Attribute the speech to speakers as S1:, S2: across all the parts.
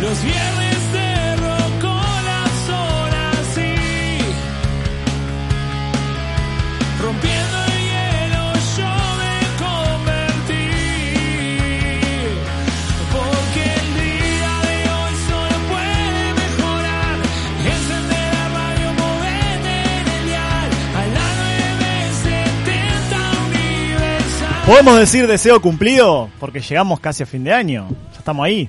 S1: viernes de rocola son así. Rompiendo el hielo yo me convertí. Porque el día de hoy solo puede mejorar. Encender la radio, moverte en el dial. A la 970 universal.
S2: ¿Podemos decir deseo cumplido? Porque llegamos casi a fin de año. Ya estamos ahí.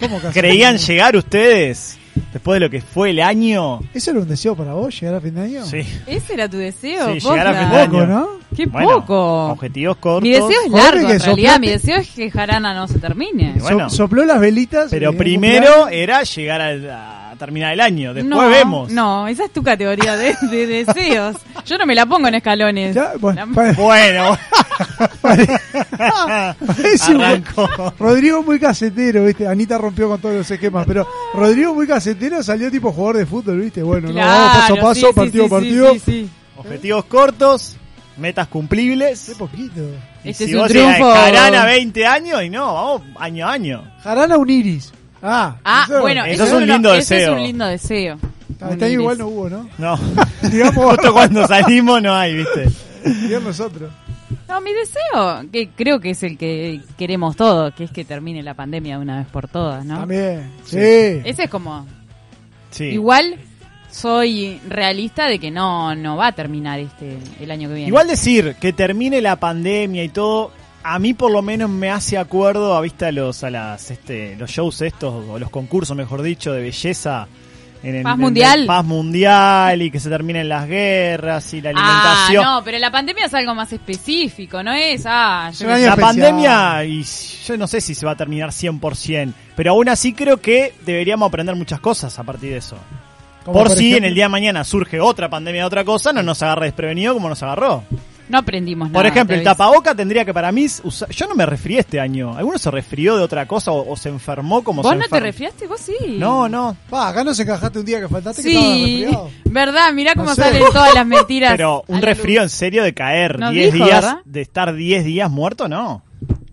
S3: ¿Cómo que hace-
S2: ¿Creían llegar ustedes después de lo que fue el año?
S3: ¿Eso era un deseo para vos, llegar a fin de año?
S2: Sí.
S4: ¿Ese era tu deseo?
S2: Sí,
S4: Posta.
S2: llegar a fin de año.
S3: Poco, ¿no?
S4: Qué
S2: Bueno,
S4: poco.
S2: Objetivos cortos.
S4: Mi deseo es
S3: Joder,
S4: largo,
S3: que
S4: en realidad.
S3: soplate.
S4: Mi deseo es que Jarana no se termine.
S2: Y bueno.
S3: So- sopló las velitas.
S2: Pero
S3: eh,
S2: primero era llegar al- a, terminar el año. Después
S4: no,
S2: vemos.
S4: No, esa es tu categoría de, de deseos. Yo no me la pongo en escalones.
S3: Ya, bueno,
S4: La-
S3: pa-
S2: Bueno,
S3: parece un-
S2: arrancó.
S3: Rodrigo muy casetero, ¿viste? Anita rompió con todos los esquemas, pero Rodrigo muy casetero salió tipo jugador de fútbol, ¿viste? Bueno, no, vamos paso a
S4: Claro, sí,
S3: paso,
S4: sí,
S3: partido a
S4: sí,
S3: partido.
S4: sí, sí, sí.
S2: Objetivos cortos, metas cumplibles.
S3: Qué poquito.
S2: Y
S4: Este
S2: si
S4: es un
S2: vos llegás
S4: triunfo.
S2: de Carana 20 años y no, vamos año a año.
S3: Jarana Uniris. Ah,
S4: Ah,
S3: eso-
S4: bueno,
S2: Eso es
S4: ese
S2: un lindo
S4: ese
S2: deseo.
S4: es un lindo deseo.
S3: Este año igual no hubo, ¿no?
S2: No.
S3: Digamos,
S2: Justo cuando salimos no hay, ¿viste?
S3: bien nosotros.
S4: No, mi deseo, que creo que es el que queremos todos, que es que termine la pandemia de una vez por todas, ¿no?
S3: También. Sí.
S4: Ese es como,
S2: Sí.
S4: igual soy realista de que no no va a terminar este el año que viene.
S2: Igual decir que termine la pandemia y todo, a mí por lo menos me hace acuerdo a vista a los a las este los shows estos o los concursos, mejor dicho, de belleza en el
S4: Paz
S2: en el
S4: mundial.
S2: paz mundial y que se terminen las guerras y la
S4: Ah,
S2: alimentación.
S4: no, pero la pandemia es algo más específico, ¿no es? Ah, yo
S3: Yo
S4: qué
S3: no
S4: sé.
S2: La
S3: especial.
S2: pandemia, y yo no sé si se va a terminar 100%, pero aún así creo que deberíamos aprender muchas cosas a partir de eso.
S3: Como
S2: Por si en
S3: ejemplo-
S2: el día de mañana surge otra pandemia, otra cosa, no nos agarre desprevenido como nos agarró.
S4: no aprendimos nada.
S2: Por ejemplo, el
S4: Tevis.
S2: tapaboca tendría que para mí usa- Yo no me resfrié este año. ¿Alguno se resfrió de otra cosa o, o se enfermó como
S4: ¿Vos
S2: se
S4: no te
S2: enfer-
S4: resfriaste? Vos sí.
S2: No, no.
S3: Pa, acá nos encajaste un día que faltaste que estabas
S4: Sí,
S3: resfriado.
S4: verdad, mirá cómo
S3: No sé.
S4: salen todas las mentiras.
S2: Pero
S4: a
S2: un
S4: la
S2: resfrío
S4: luz.
S2: en serio de caer
S4: Nos
S2: 10
S4: dijo,
S2: días,
S4: ¿verdad?
S2: de estar 10 días muerto, no.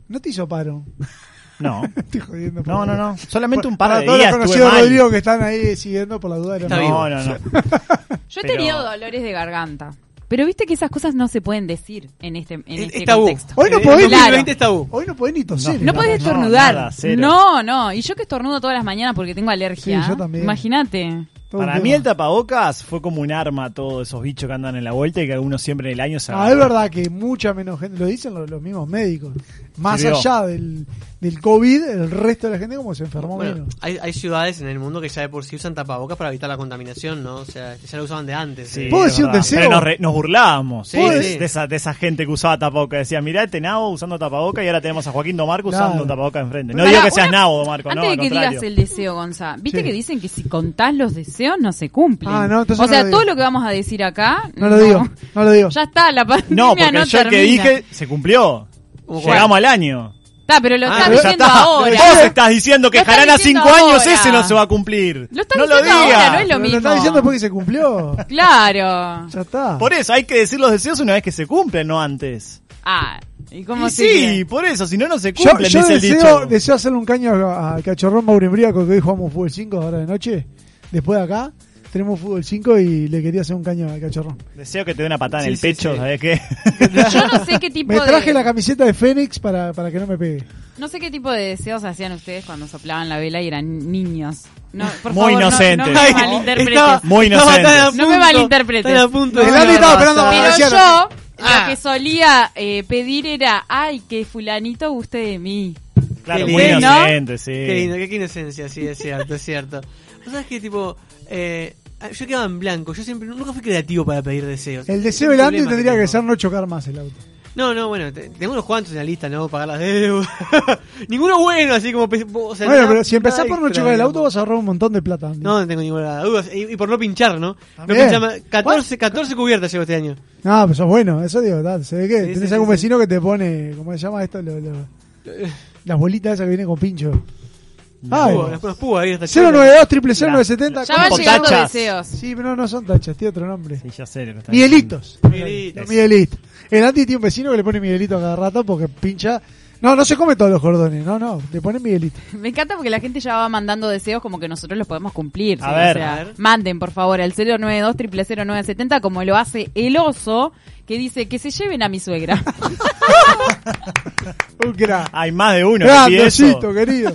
S3: No te hizo paro.
S2: No.
S3: Estoy jodiendo. por
S2: No, no,
S3: favor.
S2: no. Solamente un par
S3: Para
S2: de
S3: todos los
S2: días estuve
S3: conocidos de
S2: mal.
S3: Rodrigo que están ahí siguiendo por la duda de la
S5: Está
S3: no.
S5: vivo.
S2: No, no, no.
S4: Yo he
S2: Pero-
S4: tenido dolores de garganta. Pero viste que esas cosas no se pueden decir en este, en
S2: Eh,
S5: Es-
S4: este
S5: es tabú.
S4: contexto.
S3: Hoy no
S5: Eh,
S3: podés.
S5: 2020 es tabú.
S3: Hoy no podés ni toser.
S4: No
S3: ¿eh?
S4: podés
S2: No,
S4: estornudar.
S2: nada, cero.
S4: no, no. Y yo que estornudo todas las mañanas porque tengo alergia.
S3: Sí, yo también.
S4: Imagínate.
S3: Todo un
S2: Para
S3: tema.
S2: mí el tapabocas fue como un arma a todos esos bichos que andan en la vuelta y que algunos siempre en el año se
S3: Ah, es verdad que mucha menos gente, lo dicen los, los mismos médicos. Más
S2: Sirvió.
S3: allá del, del COVID, el resto de la gente como se enfermó
S5: Bueno,
S3: menos.
S5: hay, hay ciudades en el mundo que ya de por sí usan tapabocas para evitar la contaminación, ¿no? O sea, que ya lo usaban de antes.
S2: Sí,
S5: eh.
S3: ¿Puedo
S2: es
S3: decir un
S2: verdad.
S3: deseo?
S2: Pero nos, re- nos burlábamos
S5: Sí,
S2: de,
S5: sí.
S2: de esa, de esa gente que usaba tapaboca. Decía, mirá este nabo usando tapaboca y ahora tenemos a Joaquín Domarco
S3: Claro.
S2: usando un tapaboca enfrente. No
S4: Pará,
S2: digo que seas
S4: una-
S2: nabo, Marco,
S4: Antes
S2: no,
S4: de
S2: al
S4: que
S2: contrario.
S4: digas el deseo, Gonza, viste
S3: Sí.
S4: que dicen que si contás los deseos no se cumplen.
S3: Ah, no, entonces
S4: o
S3: no
S4: sea,
S3: lo digo.
S4: todo lo que vamos a decir acá.
S3: No lo digo, no lo digo.
S4: Ya está, la pandemia
S2: No, porque yo el que
S4: termina.
S2: dije se cumplió.
S5: Como
S2: Llegamos al año.
S4: Está, pero lo
S5: Ah,
S4: estás
S5: pero
S4: diciendo
S2: está.
S4: ahora.
S2: Vos estás diciendo que
S4: Lo estás
S2: Jarana
S4: diciendo
S2: 5 años
S4: ahora.
S2: ese no se va a cumplir.
S4: Lo estás
S2: no lo
S4: diciendo
S2: digas.
S4: ahora, no es lo
S3: Pero
S4: mismo.
S3: estás diciendo porque se cumplió.
S4: Claro.
S3: ya está.
S2: Por eso hay que decir los deseos una vez que se cumplen, no antes.
S4: Ah, ¿y cómo
S2: Y
S4: se
S2: sí, por eso, si no, no se
S3: yo
S2: cumplen,
S3: yo
S2: dice el
S3: deseo,
S2: dicho.
S3: deseo hacerle un caño a- al cachorrón Mauro Embriaco que hoy jugamos fútbol 5 ahora de noche. Después de acá, tenemos fútbol 5 y le quería hacer un caño al cachorrón.
S2: Deseo que te dé una patada en
S5: Sí,
S2: el
S5: sí,
S2: pecho,
S5: sí.
S2: ¿sabes qué?
S4: Yo no sé qué tipo
S3: Me traje
S4: de
S3: la camiseta de Fénix para, para que no me pegue.
S4: no sé qué tipo de deseos hacían ustedes cuando soplaban la vela y eran niños. No, por
S2: Muy
S4: favor, no-
S2: inocentes.
S4: No, me
S2: Ay,
S4: malinterpretes.
S5: Estaba-
S2: Muy
S5: estaba tan a
S2: inocentes.
S4: No me
S5: punto,
S4: malinterpretes.
S5: tan a punto de
S3: El
S5: decir la
S3: Andy estaba
S5: verdad.
S3: esperando
S4: Pero
S3: Ah,
S4: yo
S3: cierto.
S4: lo que solía eh, pedir era, ay, que fulanito guste de mí.
S2: Claro,
S5: Qué
S2: muy
S5: lindo.
S2: inocente, sí.
S5: Qué lindo, qué, qué inocencia, sí, es cierto, es cierto. ¿Vos sabés que tipo... Eh, yo quedaba en blanco, yo siempre nunca fui creativo para pedir deseos.
S3: El
S5: Es
S3: deseo
S5: un
S3: del Andy
S5: problema
S3: tendría que,
S5: tengo.
S3: ser no chocar más el auto.
S5: No, no, bueno, te- tenemos unos cuantos en la lista, ¿no? Pagar las deudas. Ninguno bueno, así como... pe- o sea,
S3: bueno,
S5: nada-
S3: pero si empezás
S5: nada
S3: por no
S5: extra,
S3: chocar el
S5: digamos.
S3: auto vas a ahorrar un montón de plata. Andy.
S5: No, no tengo ninguna duda. Y, y por no pinchar, ¿no? No
S3: También.
S5: pinchar más. 14, 14 cubiertas llevo este año.
S3: No, pues sos bueno, eso digo, da, se ve que
S5: Sí,
S3: tenés
S5: sí,
S3: algún
S5: sí,
S3: vecino que te pone, ¿cómo se llama esto? Lo- lo- las bolitas esas que vienen con pincho. Ah,
S5: Púa, Las pudo ahí hasta
S3: 092 triple
S4: Ya van
S2: Con
S4: llegando
S2: tachas.
S4: deseos.
S3: Sí, pero no, no son tachas, tiene otro nombre.
S2: Sí, ya sé lo que está diciendo.
S3: Miguelitos.
S5: Miguelitos.
S3: Los Miguelitos. El Andy tiene un vecino que le pone Miguelito a cada rato porque pincha No, no se come todos los cordones, no, no. Le ponen Miguelito.
S4: Me encanta porque la gente ya va mandando deseos como que nosotros los podemos cumplir.
S2: A
S4: ¿sí?
S2: ver.
S4: o sea,
S5: A ver.
S4: manden por favor al 092 0970 como lo hace el oso que dice que se lleven a mi suegra.
S3: Un gran.
S2: Hay más de uno. que pide
S3: Grande,
S2: eso.
S3: osito, Ah, querido.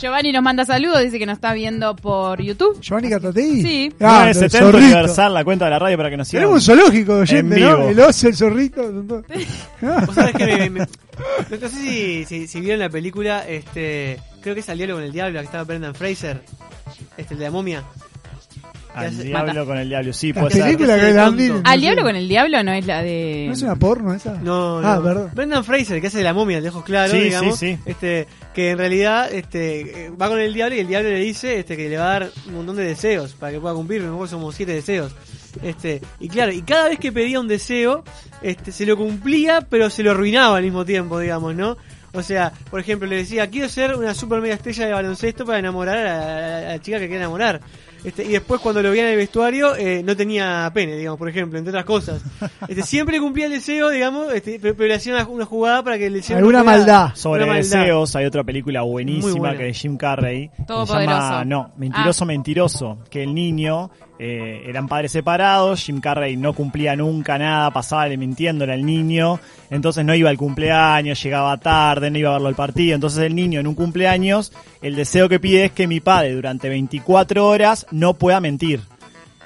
S4: Giovanni nos manda saludos, dice que nos está viendo por YouTube.
S3: Giovanni Catategui.
S4: Sí.
S2: No
S3: Grande,
S2: es
S3: el
S2: 70
S3: zorrito.
S2: universal la cuenta de la radio para que nos sigan.
S3: Tenemos un zoológico, oyente,
S2: En
S3: ¿no?
S2: vivo.
S3: El oso, el zorrito. todo.
S5: Vos sabés que me- me- no, no sé si, si, si vieron la película, este, creo que es Al diálogo con el diablo, que estaba Brendan Fraser, este, el de la momia.
S2: Al
S5: Mata.
S2: diablo con el diablo. Sí,
S3: La
S2: puede ser.
S3: película que
S5: Sí,
S3: le dan
S5: tonto.
S3: Dylan, no
S4: Al
S3: sé.
S4: diablo con el diablo no es la de...
S3: ¿No es una porno esa?
S5: No,
S3: Ah,
S5: no.
S3: perdón.
S5: Brendan Fraser, que hace de la momia, el de ojos claros,
S2: Sí,
S5: digamos.
S2: sí, sí.
S5: Este, que en realidad este, eh, va con el diablo y el diablo le dice este, que le va a dar un montón de deseos para que pueda cumplir. Nosotros somos siete deseos. Este, y claro, y cada vez que pedía un deseo, este, se lo cumplía, pero se lo arruinaba al mismo tiempo, digamos, ¿no? O sea, por ejemplo, le decía, quiero ser una super mega estrella de baloncesto para enamorar a la, a la chica que quiere enamorar. Este, y después cuando lo veía en el vestuario, eh, no tenía pene, digamos, por ejemplo, entre otras cosas. Este, siempre cumplía el deseo, digamos, este, pero, pero le hacía una, una jugada para que le hiciera
S3: Alguna maldad.
S2: Sobre
S5: una maldad.
S2: deseos, hay otra película
S5: Muy
S2: buenísima
S5: buena. Ah.
S2: que es de Jim Carrey. que se
S4: Todopoderoso.
S2: llama- No, Mentiroso, Mentiroso. Que el niño eh, eran padres separados. Jim Carrey no cumplía nunca nada, pasaba le mintiéndole al niño. Entonces no iba al cumpleaños, llegaba tarde, no iba a verlo al partido. Entonces el niño en un cumpleaños, el deseo que pide es que mi padre durante 24 horas no pueda mentir.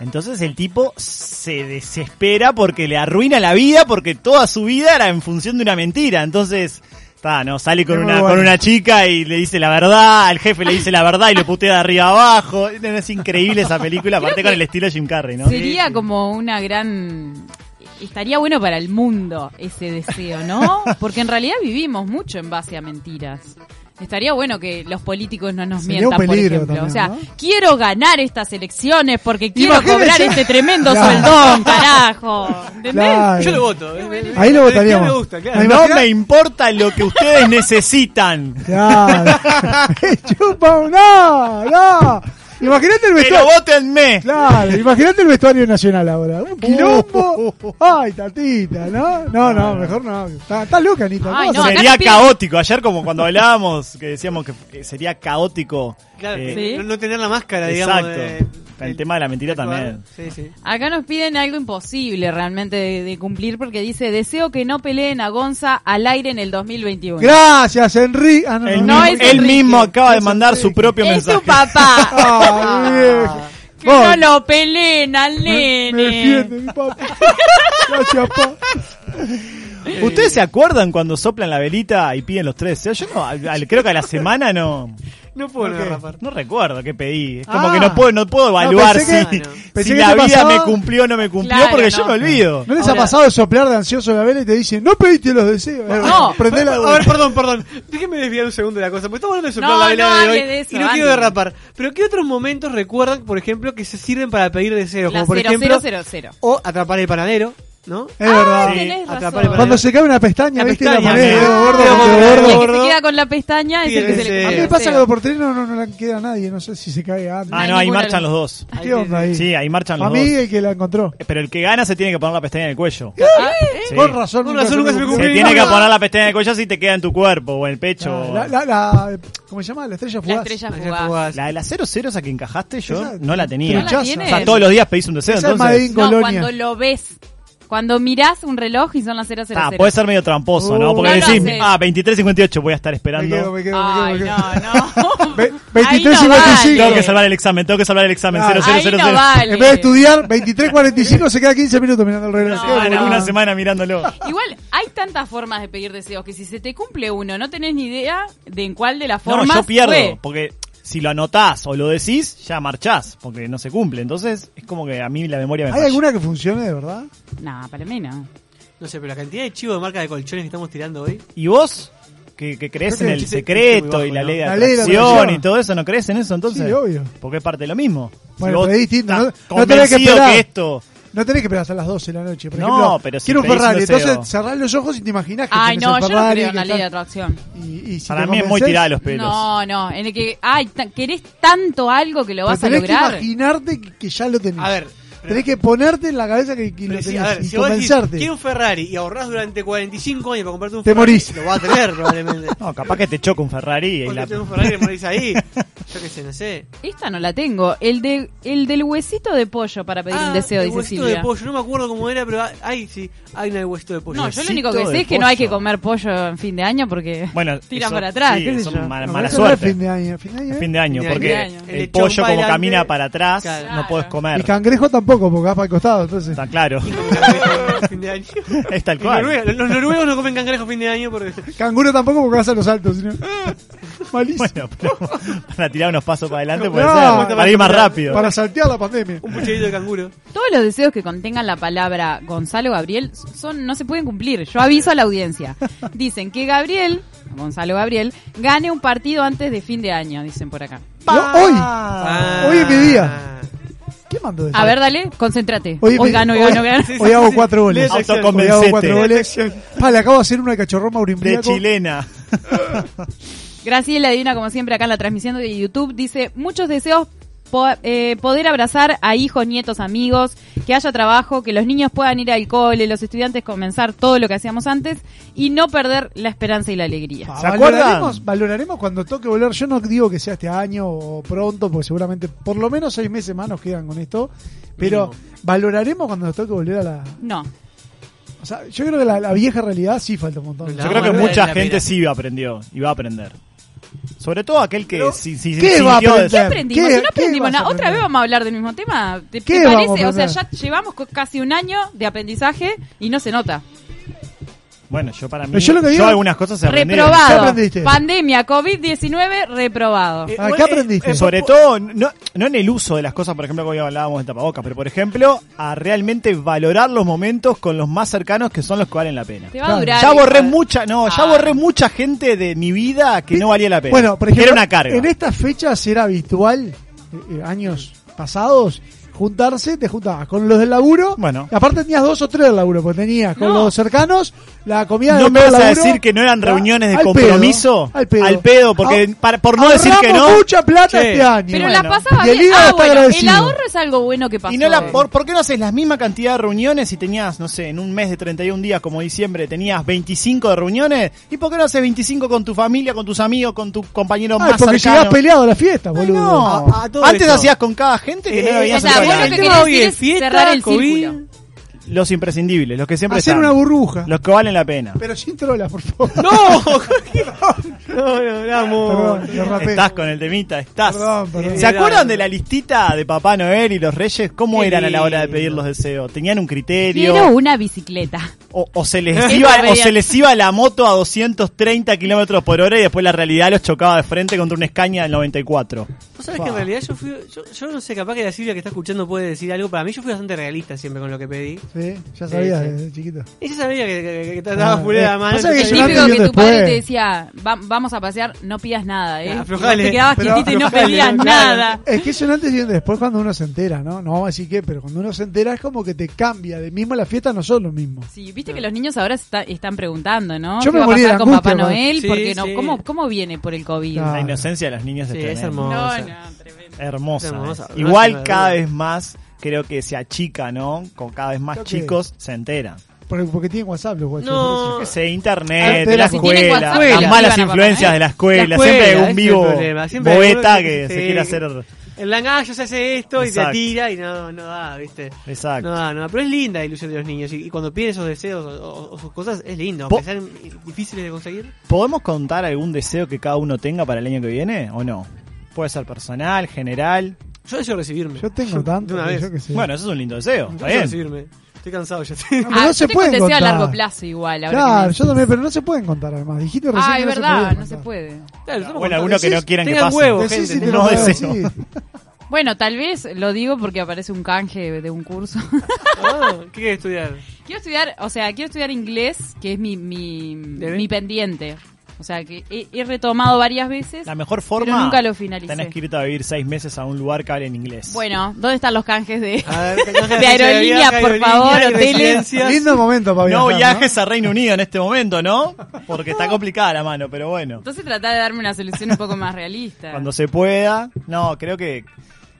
S2: Entonces el tipo se desespera porque le arruina la vida, porque toda su vida era en función de una mentira. Entonces, está, no, sale con
S3: Muy
S2: una,
S3: bueno.
S2: con una chica y le dice la verdad, al jefe le dice la verdad y lo putea de arriba abajo. Es increíble esa película, aparte con el estilo Jim Carrey, ¿no?
S4: Sería como una gran... Estaría bueno para el mundo ese deseo, ¿no? Porque en realidad vivimos mucho en base a mentiras. Estaría bueno que los políticos no nos
S3: Sería un
S4: mientan, por
S3: peligro
S4: ejemplo.
S3: también,
S4: o sea,
S3: ¿no?
S4: quiero ganar estas elecciones porque quiero
S3: Imagínese.
S4: cobrar este tremendo
S3: Claro.
S4: sueldón, carajo. ¿Entendés?
S3: Claro.
S5: Yo lo voto. eh.
S3: Ahí lo
S5: Pero
S3: votaríamos.
S5: Me gusta, claro.
S3: Ahí va.
S2: No
S3: imaginas?
S2: me importa lo que ustedes necesitan,
S3: Claro. Chupa, no, no. Imagínate el
S2: pero
S3: vestuario.
S2: votenme. Uh,
S3: Claro, imagínate el vestuario nacional ahora. Un quilombo. Ay, tatita, ¿no? No, no, mejor no. Está, está loca, Anita.
S4: Ay,
S3: ¿Cómo
S4: no,
S3: vas a-
S4: acá
S2: sería
S4: te piden-
S2: caótico. Ayer como cuando hablábamos, que decíamos que eh, sería caótico.
S5: Claro,
S2: eh,
S4: Sí.
S5: no, no tener la máscara,
S2: Exacto.
S5: digamos. de-
S2: el tema de la mentira también.
S5: Sí, sí.
S4: Acá nos piden algo imposible realmente de, de cumplir porque dice, deseo que no peleen a Gonza al aire en el 2021.
S3: Gracias, Enrique. Ah, no,
S2: Él,
S4: No,
S2: mismo,
S4: es
S2: él
S4: Enrique.
S2: mismo acaba de
S3: Es
S2: mandar su
S3: Enrique.
S2: propio
S4: es tu
S2: mensaje.
S4: papá.
S3: Ay, viejo.
S4: que
S3: Vos,
S4: no lo peleen al
S3: me,
S4: nene.
S3: me defiende, mi papá. Gracias, papá.
S2: ¿Ustedes se acuerdan cuando soplan la velita y piden los tres deseos? Yo no, al- al- creo que a la semana no,
S5: No puedo no
S3: Ok.
S5: rapar.
S2: no recuerdo qué pedí. Es como
S3: Ah.
S2: que no puedo, no puedo uh, evaluar
S3: pensé
S2: si,
S5: que-
S2: si
S3: pensé que
S2: la
S3: te
S2: vida
S3: pasaba.
S2: me cumplió o no me cumplió,
S4: Claro,
S2: porque
S4: no.
S2: yo me olvido.
S3: ¿No les
S4: Ahora-
S3: ha pasado de soplar de ansioso la vela y te dicen, no pediste los deseos?
S4: No.
S3: prendé la
S5: A ver, perdón, perdón. Déjeme desviar un segundo de la cosa, porque estamos hablando de soplar
S4: No,
S5: la vela
S4: no
S5: de hoy
S4: hable de eso,
S5: y no
S4: Andy.
S5: quiero derrapar. Pero ¿qué otros momentos recuerdan, por ejemplo, que se sirven para pedir deseos?
S4: La
S5: Como por ejemplo,
S4: 0000.
S5: o atrapar el panadero, ¿no?
S3: Es verdad.
S4: Ah, tenés
S5: Sí,
S4: razón.
S5: atrapar el
S3: Cuando se cae una pestaña,
S5: La
S3: ¿viste?
S5: pestaña,
S3: la ponés,
S2: ¿no?
S3: dedo gordo,
S5: Dedo
S3: dedo
S5: gordo.
S3: gordo.
S4: El que se queda con la pestaña es el que se
S5: Sí,
S4: le
S5: sí.
S3: A
S4: cumple
S3: mí
S4: el
S3: me
S5: Deseo.
S3: pasa que
S4: deseo.
S3: los porteros no, no le queda a nadie. No sé si se cae antes.
S2: Ah,
S4: Ay,
S2: no, ahí
S4: ninguno
S2: marchan
S4: de
S2: los dos.
S5: sí,
S3: ¿Qué onda ahí?
S2: Sí, ahí marchan
S3: A
S2: los
S3: mí
S2: dos. Eh,
S3: el que la encontró. ¿Eh?
S2: Pero el que gana se tiene que poner la pestaña en el cuello.
S4: Ah, eh.
S2: Sí.
S3: Con razón.
S5: Con razón nunca se me
S2: Se
S5: cumplió.
S2: tiene que poner la pestaña en el cuello si te queda en tu cuerpo o en el pecho.
S3: Ah, La, la, la- ¿Cómo se llama? La estrella
S4: La
S3: fugaz.
S4: estrella
S5: Ayer
S4: fugaz.
S5: jugás.
S2: La de las 00 esa que encajaste, yo
S3: Esa-
S2: no la tenía.
S4: ¿No la tiene?
S2: o sea, todos los días pedís un deseo,
S3: Esa es
S2: entonces. Ah,
S3: Madrid.
S4: No,
S3: Colonia.
S4: cuando lo ves. Cuando mirás un reloj y son las 000.
S2: Ah, puede ser medio tramposo, ¿no?
S3: Uh,
S2: Porque
S4: no lo
S2: decís,
S4: sé.
S2: ah, 23.58 voy a estar
S3: Me
S2: esperando.
S3: quedo, me quedo, me
S4: Ay,
S3: quedo. me
S4: no,
S3: quedo.
S4: no.
S3: Ve-
S4: Ahí no
S3: 23 y 25.
S2: Tengo que
S4: vale.
S2: salvar el examen, tengo que salvar el examen.
S3: Claro.
S2: 0000.
S4: Ahí no vale.
S3: En vez de estudiar, 23.45 se queda 15 minutos mirando el reloj.
S4: No,
S3: Qué
S2: Bueno,
S3: boludo.
S2: una semana mirándolo.
S4: Igual hay tantas formas de pedir deseos que si se te cumple uno no tenés ni idea de en cuál de las
S2: No,
S4: formas.
S2: yo pierdo,
S4: fue.
S2: porque si lo anotás o lo decís, ya marchás, porque no se cumple. Entonces, es como que a mí la memoria me
S3: ¿Hay
S2: falla.
S3: alguna que funcione de verdad?
S4: No, para mí no.
S5: No sé, pero la cantidad de chivos de marca de colchones que estamos tirando hoy.
S2: ¿Y vos? Que, que crees
S3: Creo
S2: en
S3: que
S2: el
S5: sí, sí,
S2: secreto
S5: muy bajo,
S2: y la
S5: ¿no?
S2: ley de
S3: La ley de la
S2: atracción
S3: atracción.
S2: y todo eso, ¿no crees en eso entonces?
S3: Sí, obvio.
S2: Porque es parte de lo mismo. Si
S3: Bueno,
S2: vos
S3: pero es distinto,
S2: estás
S3: no- no tenés que
S2: convencido
S3: esperar.
S2: que esto...
S3: No tenés que esperar hasta las 12 de la noche. Por
S2: No,
S3: ejemplo,
S2: pero si
S3: quiero un
S2: pedís un
S3: Ferrari.
S2: deseo.
S3: Entonces cerrás los ojos y te imaginás que
S4: Ay,
S3: tenés
S4: no,
S3: el
S4: yo
S3: Ferrari.
S4: no creo en
S3: que
S4: la ley de
S3: está-
S4: atracción.
S3: y- y si
S2: Para
S3: te
S2: mí es muy
S3: convencés,
S2: tirada de los pelos.
S4: No, no, en el que ay, ta- querés tanto algo que lo vas a
S3: pero tenés
S4: lograr.
S3: que imaginarte que, que ya lo tenés.
S5: A ver,
S3: Tenés que ponerte en la cabeza que, que lo
S5: Pero sí,
S3: tenés
S5: a ver,
S3: y
S5: si vos decís,
S3: convencerte.
S5: quiero un Ferrari y ahorrás durante 45 años para comprarte un
S3: Te
S5: Ferrari,
S3: morís.
S5: Lo vas a tener probablemente.
S2: No, capaz que te choca un Ferrari y
S5: Vos
S2: la...
S5: te tenés un Ferrari y morís ahí. Yo qué sé, no sé.
S4: Esta no la tengo. El, de, el del huesito de pollo para pedir
S5: Ah,
S4: un deseo,
S5: el
S4: dice
S5: huesito
S4: Silvia.
S5: de pollo, no me acuerdo cómo era, pero hay, sí, hay una de huesito de pollo.
S4: No, yo lo único que
S2: Huesito
S4: sé
S2: de
S4: es que no hay
S2: pollo.
S4: que comer pollo en fin de año porque
S2: Bueno,
S4: tira
S2: eso-
S4: para atrás,
S2: sí,
S4: qué sé
S2: son
S4: yo.
S2: mala,
S3: No,
S2: mala
S3: eso no es
S2: suerte.
S3: fin de año. Fin de año, ¿eh?
S2: Fin de año,
S5: Fin de
S2: porque
S4: año.
S2: el,
S5: El
S2: pollo
S5: lechón
S2: como
S5: bailante.
S2: camina para atrás,
S5: Claro.
S2: no puedes
S3: Y
S2: comer.
S3: cangrejo tampoco, porque va para el costado. Entonces,
S2: Está claro,
S5: fin de año.
S2: es tal
S5: En
S2: cual.
S5: Noruega, los los noruegos no comen cangrejo fin de año porque.
S3: canguro tampoco, porque vas a los altos. Sino... Malísimo.
S2: Bueno, pero para tirar unos pasos para adelante
S3: No,
S2: puede
S3: no,
S2: ser, para ir más rápido.
S3: Para saltear la pandemia.
S5: Un pucherito de canguro.
S4: Todos los deseos que contengan la palabra Gonzalo Gabriel son no se pueden cumplir. Yo aviso a la audiencia. Dicen que Gabriel, Gonzalo Gabriel, gane un partido antes de fin de año, dicen por acá.
S3: Yo, hoy. Hoy es mi día.
S5: Ah.
S3: ¿Qué mando de
S4: A ver, dale, concéntrate.
S3: Hoy
S4: Hoy,
S3: es mi-
S4: gano, hoy
S3: hoy-
S4: gano, gano.
S5: sí,
S3: Hoy hago
S5: sí.
S3: cuatro goles.
S5: Lee sección.
S3: Hoy hago cuatro
S2: Autoconvencete.
S3: goles. Pa, le acabo de hacer una de cachorroma
S2: De
S3: aurimbriaco.
S2: chilena.
S4: Graciela Divina, como siempre, acá en la transmisión de YouTube, dice muchos deseos. po- eh, poder abrazar a hijos, nietos, amigos, que haya trabajo, que los niños puedan ir al cole, los estudiantes comenzar todo lo que hacíamos antes y no perder la esperanza y la alegría.
S3: Ah,
S2: ¿Se acuerdan?
S3: valoraremos, valoraremos cuando toque volver. Yo no digo que sea este año o pronto, porque seguramente por lo menos seis meses más nos quedan con esto. Pero valoraremos cuando nos toque volver a la.
S4: No,
S3: O sea, yo creo que la, la vieja realidad sí falta un montón.
S5: La
S2: Yo creo que
S5: vamos a ver
S2: mucha
S5: la
S2: gente
S5: pena.
S2: sí aprendió y va a aprender. Sobre todo aquel que si, si-
S3: ¿qué
S2: sintió
S3: va a aprender?
S4: ¿Qué
S2: des-
S4: aprendimos?
S3: ¿Qué-
S4: Si no
S3: qué
S4: aprendimos
S3: vas a
S4: nada. Otra
S3: aprender?
S4: vez vamos a hablar del mismo tema. ¿Te, te
S3: ¿Qué vamos
S4: parece?
S3: a
S4: O sea, ya
S3: aprender?
S4: llevamos co- casi un año de aprendizaje y no se nota.
S2: Bueno, yo para mí
S3: Pero yo lo que digo-
S2: algunas cosas se aprendí.
S3: ¿Qué
S4: Reprobado.
S3: aprendiste?
S4: Pandemia, COVID-19, reprobado.
S5: Eh,
S3: Ah,
S5: igual
S3: ¿qué
S5: es-
S3: aprendiste?
S5: es-
S2: Sobre todo, no, no en el uso de las cosas, por ejemplo, que hoy hablábamos del tapabocas, pero por ejemplo, a realmente valorar los momentos con los más cercanos que son los que valen la pena.
S4: Te va
S3: claro.
S4: a durar.
S2: Ya borré
S4: igual.
S2: mucha, no, ya
S4: Ah.
S2: borré mucha gente de mi vida que no valía la pena.
S3: Bueno, por
S2: Que
S3: ejemplo,
S2: era una carga.
S3: en estas fechas era habitual, eh, eh, años pasados, juntarse, te juntabas con los del laburo.
S2: Bueno.
S3: Y aparte tenías dos o tres del laburo, porque tenías con
S4: No.
S3: los cercanos la comida de
S2: No me
S3: todo el
S2: vas a
S3: laburo.
S2: decir que no eran
S3: Ah,
S2: reuniones de
S3: al pedo,
S2: compromiso.
S3: al pedo.
S2: Al pedo, porque
S3: Ah,
S2: para- por no decir que
S3: ahorramos
S2: no.
S3: mucha plata
S5: Che.
S3: este año.
S4: Pero
S2: Bueno.
S4: la pasaba
S3: Y el
S4: bien.
S3: hígado
S4: Ah,
S3: está
S4: bueno, el
S3: agradecido.
S4: ahorro es algo bueno que pasó. eh.
S2: Y no la, por, por qué no haces la misma cantidad de reuniones si tenías, no sé, en un mes de 31 días como diciembre tenías 25 de reuniones? ¿Y por qué no haces 25 con tu familia, con tus amigos, con tus compañeros
S3: Ay,
S2: más
S3: porque llegás Ah,
S2: cercanos?
S3: peleado a la fiesta,
S2: Ay,
S3: boludo.
S2: no.
S5: A- a todo
S2: Antes
S5: esto.
S2: hacías con cada gente que no la
S5: Eh,
S2: veías
S4: o sea,
S2: hace
S4: vos
S2: todo
S4: lo
S2: el
S4: que
S2: año.
S4: querés
S5: tema hoy
S4: decir
S5: es
S4: es cerrar el
S5: COVID.
S4: círculo.
S2: Los imprescindibles, los que siempre
S3: Hacer
S2: están.
S3: una burbuja.
S2: Los que valen la pena.
S3: Pero sin trolas, por favor.
S5: ¡No! no, no, no, amor.
S3: Perdón, lo rapé.
S2: Estás con el temita, estás.
S3: Perdón, perdón.
S2: ¿Se acuerdan de la listita de Papá Noel y los Reyes? ¿Cómo
S5: Qué
S2: eran a la hora de
S5: lindo.
S2: pedir los deseos? ¿Tenían un criterio?
S4: Quiero una bicicleta.
S2: O, o se les
S4: Eso
S2: iba, o
S4: veía.
S2: se les iba la moto a 230 kilómetros por hora y después la realidad los chocaba de frente contra una escaña del 94.
S5: Vos sabés que en realidad yo fui. Yo, yo no sé, capaz que la Silvia que está escuchando puede decir algo. Para mí, yo fui bastante realista siempre con lo que pedí.
S3: Sí, ya sabías
S5: Sí, sí.
S2: eh,
S3: desde chiquito.
S5: Ella sabía que, que, que trataba
S3: Ah,
S5: fulera
S3: eh,
S5: la mano.
S3: pasa que
S5: yo sabía-
S3: yo
S4: Típico
S3: estoy
S4: que tu
S3: viendo
S4: padre
S3: después.
S4: te decía, "Va- vamos a pasear, no pidas nada, ¿eh?
S5: Ah, Aflojale.
S4: Y vos te quedabas
S3: Pero
S4: quietito y no
S5: aflojale,
S4: pedías
S5: claro.
S4: nada.
S3: Es que es un antes y un después cuando uno se entera, ¿no? No vamos a decir que, pero cuando uno se entera es como que te cambia. De mismo la fiesta no son los mismos.
S4: Sí, viste que los niños ahora se está- están preguntando, ¿no?
S3: Yo
S4: ¿Qué
S3: me
S4: va a
S3: morí de
S4: pasar con
S3: angustia,
S4: Papá
S3: man.
S4: Noel?
S5: Sí,
S4: Porque no,
S5: sí.
S4: ¿cómo, ¿cómo viene por el COVID?
S3: Ah.
S2: La inocencia de los niños
S5: Sí,
S2: es,
S5: es
S2: tremenda.
S5: hermoso.
S4: No, no, tremendo.
S2: Hermosa.
S5: Es hermosa,
S2: es.
S5: no
S2: Igual
S5: tengo
S2: cada
S5: duda.
S2: vez más creo que se achica, ¿no? Con cada vez más
S3: Ok.
S2: chicos se enteran.
S3: Porque, porque tienen WhatsApp los guachos.
S5: No.
S2: Yo
S3: por
S2: qué
S3: eso.
S2: sé,
S5: Ah,
S2: internet,
S3: pero
S2: de la
S3: si
S4: tienen
S2: escuela,
S4: WhatsApp,
S2: las
S4: la
S2: malas
S4: escuela,
S2: influencias
S4: papá,
S2: de
S4: ¿eh?
S2: la escuela,
S5: La
S2: siempre
S5: escuela,
S2: hay un
S5: ese es el
S2: vivo
S5: problema, siempre hay
S2: bobeta
S5: uno que
S2: que
S5: sí.
S2: se quiere hacer...
S5: El langallo se hace esto y
S2: Exacto.
S5: te tira y no, no da, ¿viste?
S2: Exacto.
S5: No da, no da. Pero es linda la ilusión de los niños. Y, y cuando piden esos deseos o, o- o sus cosas, es lindo.
S2: Po-
S5: Aunque sean difíciles de conseguir.
S2: ¿Podemos contar algún deseo que cada uno tenga para el año que viene o no? Puede ser personal, general.
S5: Yo deseo recibirme.
S3: Yo tengo
S5: De
S3: tanto.
S5: una
S3: que
S5: vez.
S3: yo qué sé.
S2: Bueno, eso es un lindo deseo.
S5: Yo
S2: Está
S5: deseo
S2: bien.
S5: recibirme. Estoy cansado ya.
S3: No, pero
S4: Ah,
S3: no
S4: yo
S3: se
S4: tengo
S3: pueden
S4: un deseo a
S3: contar.
S4: largo plazo igual. Ahora que
S3: Claro,
S4: me
S3: yo también, pero no se pueden contar además. Dijiste
S4: decís.
S3: recién.
S4: Ah,
S3: que
S4: es
S3: no se
S4: verdad,
S3: podían
S4: no se puede.
S5: Claro, estamos
S2: Bueno,
S5: contando.
S2: alguno que no
S5: Decís,
S2: quieran que
S5: tengan
S2: pase.
S5: huevos,
S3: Decís
S5: gente,
S3: si te
S5: tengan
S3: lo
S2: no
S5: huevos.
S3: puedo
S2: deseo.
S3: decir.
S4: Bueno, tal vez lo digo porque aparece un canje de un curso.
S5: Ah, ¿Qué quieres estudiar?
S4: quiero estudiar, o sea, quiero estudiar inglés, que es mi, mi,
S5: ¿Debe?
S4: mi pendiente. O sea, que he, he retomado varias veces.
S2: La mejor forma.
S4: nunca lo finalicé.
S2: Tenés que irte a vivir seis meses a un lugar que hable en inglés.
S4: Bueno, ¿dónde están los canjes de...?
S5: A ver, que no sea
S4: De aerolínea,
S5: viaje,
S4: por favor,
S5: y
S4: hoteles.
S5: residencias.
S3: Lindo momento para
S2: no
S3: viajar,
S2: viajes a Reino Unido en este momento, ¿no? Porque está complicada la mano, pero bueno.
S4: Entonces tratá de darme una solución un poco más realista.
S2: Cuando se pueda. No, creo que,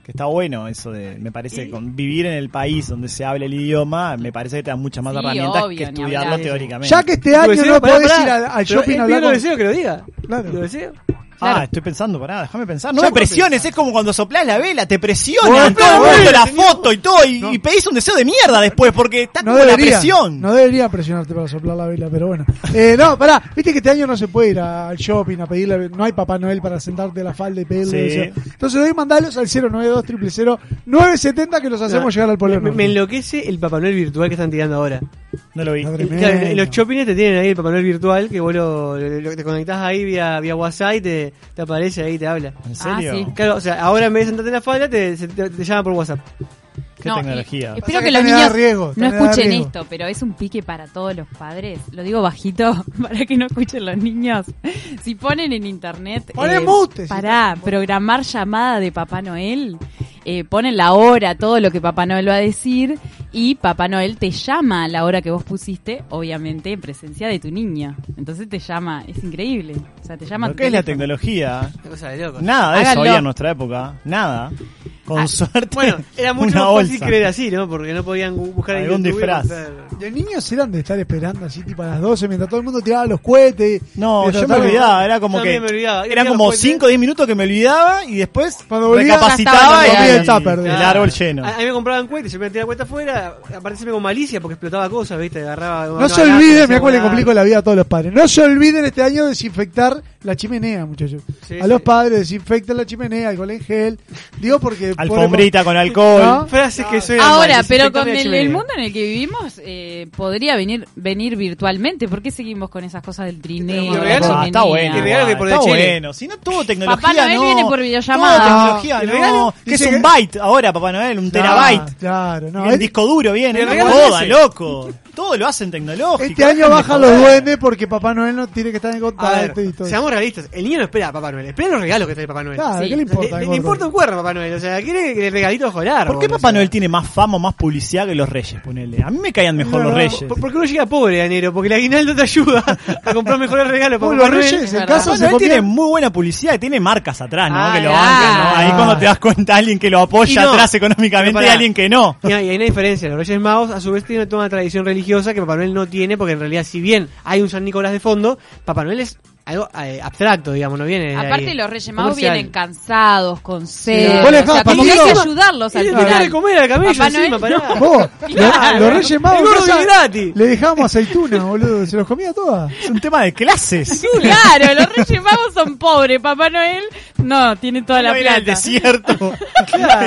S2: Que está bueno eso de, me parece,
S5: Y-
S2: con vivir en el país donde se habla el idioma, me parece que te da muchas más
S4: Sí,
S2: herramientas
S4: obvio,
S2: que
S4: ni
S2: estudiarlo
S4: hablar.
S2: teóricamente.
S3: Ya que este
S5: Tu
S3: año
S5: deseo,
S3: no
S5: pará,
S3: podés
S5: pará.
S3: ir al, al
S5: Pero
S3: shopping
S5: él pidió
S3: a hablar
S5: lo
S3: con-
S5: deseo que lo diga.
S3: Claro.
S5: Lo deseo.
S2: Ah,
S4: Claro.
S2: estoy pensando, pará, déjame pensar. No
S3: Ya
S2: me presiones, es como cuando soplás la vela, te presionan
S3: Bueno,
S2: todo el
S3: bueno,
S2: mundo la
S3: señor.
S2: foto y todo, y,
S3: No.
S2: y pedís un deseo de mierda después, porque está
S3: No
S2: como la
S3: debería,
S2: presión.
S3: no debería presionarte para soplar la vela, pero bueno. Eh, no, pará, viste que este año no se puede ir al shopping a pedirle, no hay Papá Noel para sentarte a la falda y pedirle.
S2: Sí.
S3: deseo. Entonces hoy mandalos al 092 000 970 que los hacemos
S5: No,
S3: llegar al Polo
S5: me,
S3: Norte.
S5: me enloquece el Papá Noel virtual que están tirando ahora.
S2: No lo vi.
S3: Madre
S5: El-
S3: Tremendo.
S5: claro, en los shoppings te tienen ahí el Papá Noel virtual que vos lo, lo- lo- te conectás ahí vía, vía WhatsApp y te, te aparece ahí y te habla.
S2: ¿En
S4: Ah,
S2: serio?
S4: sí.
S5: Claro, o sea, ahora en vez de sentarte en la falda te, se- te, te llaman por WhatsApp.
S2: Qué
S4: No,
S2: tecnología.
S4: y- espero
S3: Pasa
S4: que,
S3: que
S4: los
S3: están en edad
S4: niños
S3: de riesgo, están
S4: no
S3: en edad de
S4: escuchen
S3: riesgo.
S4: esto, pero es un pique para todos los padres. Lo digo bajito para que no escuchen los niños. Si ponen en internet eh,
S3: Poné mute, si
S4: para programar llamada de Papá Noel, eh, ponen la hora, todo lo que Papá Noel va a decir y Papá Noel te llama a la hora que vos pusiste, obviamente en presencia de tu niño. Entonces te llama, es increíble. O sea, te llama. a
S2: Lo
S4: tu
S2: que es la
S4: teléfono.
S2: tecnología.
S5: Una cosa de loco.
S2: Nada de eso
S4: Háganlo.
S2: había en nuestra época. Nada. Con
S4: Ah,
S2: suerte.
S5: Bueno, era mucho
S2: una
S5: más fácil
S2: bolsa.
S5: creer así, ¿no? Porque no podían bu- buscar en
S2: Algún
S5: YouTube y
S2: disfraz.
S5: buscar-
S3: Los niños eran de estar esperando así tipo a las 12 mientras todo el mundo tiraba los cohetes. Eh,
S2: No,
S3: De
S2: yo me
S3: tratar-
S2: olvidaba, era como
S5: Yo
S2: que
S5: también me olvidaba.
S2: eran
S5: Era
S2: como
S5: fuerte.
S2: 5 o 10 minutos que me olvidaba y después
S3: Cuando volvía,
S2: recapacitaba
S4: ya estaba
S2: y,
S4: en
S2: y
S4: el
S2: el
S3: tupper.
S2: Claro. árbol lleno.
S5: Ah, A, a mí me compraban cuetas, yo me tiraba cuenta afuera, aparte siempre con malicia porque explotaba cosas, ¿viste? Agarraba.
S3: No se olviden, mira cuál le complico la vida a todos los padres. No se olviden este año desinfectar la chimenea, muchachos.
S5: Sí,
S3: a los
S5: sí.
S3: padres desinfectan la chimenea, alcohol en gel. Digo porque
S2: alfombrita con alcohol.
S3: ¿No? Ah,
S5: Frases que suenan.
S4: Ahora,
S5: mal,
S4: pero
S5: desinfectar
S4: con
S5: la
S4: el,
S5: chimenea.
S4: el mundo en el que vivimos, eh, podría venir venir virtualmente. ¿Por qué seguimos con esas cosas del
S5: Te
S4: trineo? de la
S5: regalo-
S2: Ah,
S4: chimenea?
S2: está bueno.
S5: Te regalo que por
S2: está
S5: de Chile.
S2: bueno. Si no tuvo tecnología,
S4: Papá Noel
S2: no.
S4: viene por videollamada.
S2: Tuvo tecnología,
S5: ¿Te
S2: no.
S5: regalo?
S2: Que es
S3: Dice
S2: un
S3: que-
S2: byte ahora, Papá Noel, un terabyte.
S3: Claro, no.
S2: el
S3: Este-
S2: disco duro viene.
S5: ¿Te
S2: no
S5: regalo
S2: joda,
S5: ese?
S2: loco. Todo lo hacen tecnológico.
S3: Este año
S2: déjenme
S3: bajan los
S2: joder.
S3: duendes porque Papá Noel no tiene que estar en
S5: A ver,
S3: contacto y todo.
S5: seamos realistas, el niño no espera a Papá Noel, espera los regalos que trae Papá Noel.
S3: Claro,
S4: Sí.
S3: ¿qué le
S5: O sea,
S3: importa?
S5: le, le
S3: gordo?
S5: importa un cuerno a Papá Noel, o sea, quiere que el regalito jolar.
S2: ¿Por qué Papá Noel tiene más fama o más publicidad que los reyes? Ponele. A mí me caían mejor los
S3: No,
S2: reyes.
S5: Por- Porque uno llega pobre a enero, porque el aguinaldo te ayuda a comprar mejores regalos para
S3: Uy,
S5: Papá
S3: los
S5: Noel.
S3: reyes
S4: es
S3: en
S4: verdad.
S3: casa
S2: Papá
S3: se
S2: Noel tiene
S3: copian.
S2: muy buena publicidad y tiene marcas atrás, ¿no?
S5: Ah,
S2: que lo
S4: claro.
S2: bancan, ¿no? Ahí cuando te das cuenta alguien que lo apoya
S5: Y no.
S2: atrás económicamente
S5: Pero
S2: y
S5: pará.
S2: alguien que no.
S5: Y hay y hay una diferencia, los Reyes Magos a su vez tienen toda una tradición religiosa que Papá Noel no tiene, porque en realidad si bien hay un San Nicolás de fondo, Papá Noel es algo eh, abstracto, digamos, no viene de
S4: Aparte,
S5: ahí.
S4: los Reyes Magos
S5: Comercial.
S4: vienen cansados, con
S3: Sí.
S4: sed.
S3: Vos le
S4: o sea,
S3: dejás
S4: como que hay
S3: papito.
S4: que ayudarlos
S5: Y
S4: al
S5: le dejás de
S4: final.
S5: comer al camello
S4: Papá
S5: encima,
S4: Noel,
S5: pará.
S3: Vos,
S4: Claro.
S3: los Reyes Magos
S5: El gordo
S3: en casa
S5: es gratis.
S3: le dejábamos aceituna, boludo. Se los comía todas.
S2: Es un tema de clases.
S4: Claro, los Reyes Magos son pobres. Papá Noel, no, tiene toda la
S2: Uno viene al
S4: plata.
S2: desierto.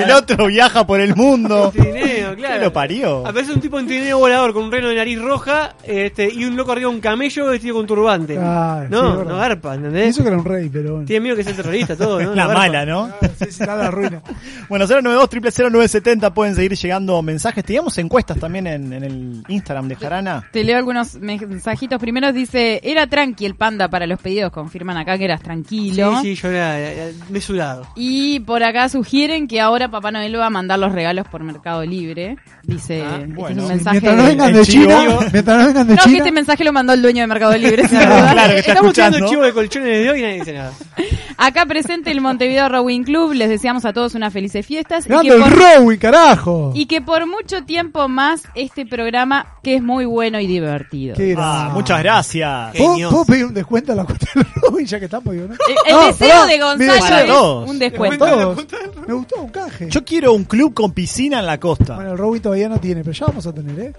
S2: El otro viaja por el mundo.
S5: Trineo, Eh, claro.
S2: ¿Qué lo parió?
S5: Aparece un tipo en trineo volador con un reno de nariz roja este, y un loco arriba de un camello vestido con turbante.
S3: Claro, sí, es
S5: no,
S3: verdad.
S5: no garpa, ¿entendés?
S3: Eso que era un rey, pero bueno.
S5: Tiene miedo que sea terrorista, todo, ¿no?
S2: La
S5: No garpa.
S2: mala, ¿no?
S3: Ah, sí, sí, está la ruina.
S2: Bueno, 092 0970 pueden seguir llegando mensajes. Teníamos encuestas también en, en el Instagram de Jarana.
S4: Te leo algunos mensajitos. Primero dice, era tranqui el panda para los pedidos. Confirman acá que eras tranquilo.
S5: Sí, sí, yo era, era mesurado.
S4: Y por acá sugieren que ahora Papá Noel va a mandar los regalos por Mercado Libre. Dice,
S5: Ah,
S4: este es
S2: bueno.
S4: un
S3: Sí,
S4: mensaje.
S3: Mientras no vengan
S2: El
S3: de
S2: chivo.
S3: China, mientras no vengan de
S4: No, que
S3: China.
S4: este mensaje lo mandó el dueño de Mercado Libre. ¿sí?
S2: Claro, que está
S5: Estamos tirando
S2: escuchando.
S5: chivos de colchones de hoy y nadie dice nada.
S4: Acá presente el Montevideo Rowing Club. Les deseamos a todos unas felices fiestas. Y
S3: Grande
S4: que,
S3: el
S4: por,
S3: Rowi, carajo.
S4: y que por mucho tiempo más este programa que es muy bueno y divertido.
S3: Qué
S2: Ah,
S3: grande.
S2: muchas gracias.
S5: Qué-
S3: ¿Puedo,
S5: Genio.
S3: puedo pedir un descuento a la cuenta del Robin ya que estamos? Digo, ¿no?
S4: Eh, El
S3: No,
S4: deseo
S3: pará,
S4: de
S3: mi
S4: Gonzalo
S3: deseo-
S2: Para
S4: es
S2: todos.
S4: un
S3: Para
S4: descuento.
S3: todos. Me gustó un caje.
S2: Yo quiero un club con piscina en la
S3: Bueno,
S2: costa.
S3: el Robin todavía no tiene, pero ya vamos a tener, ¿eh?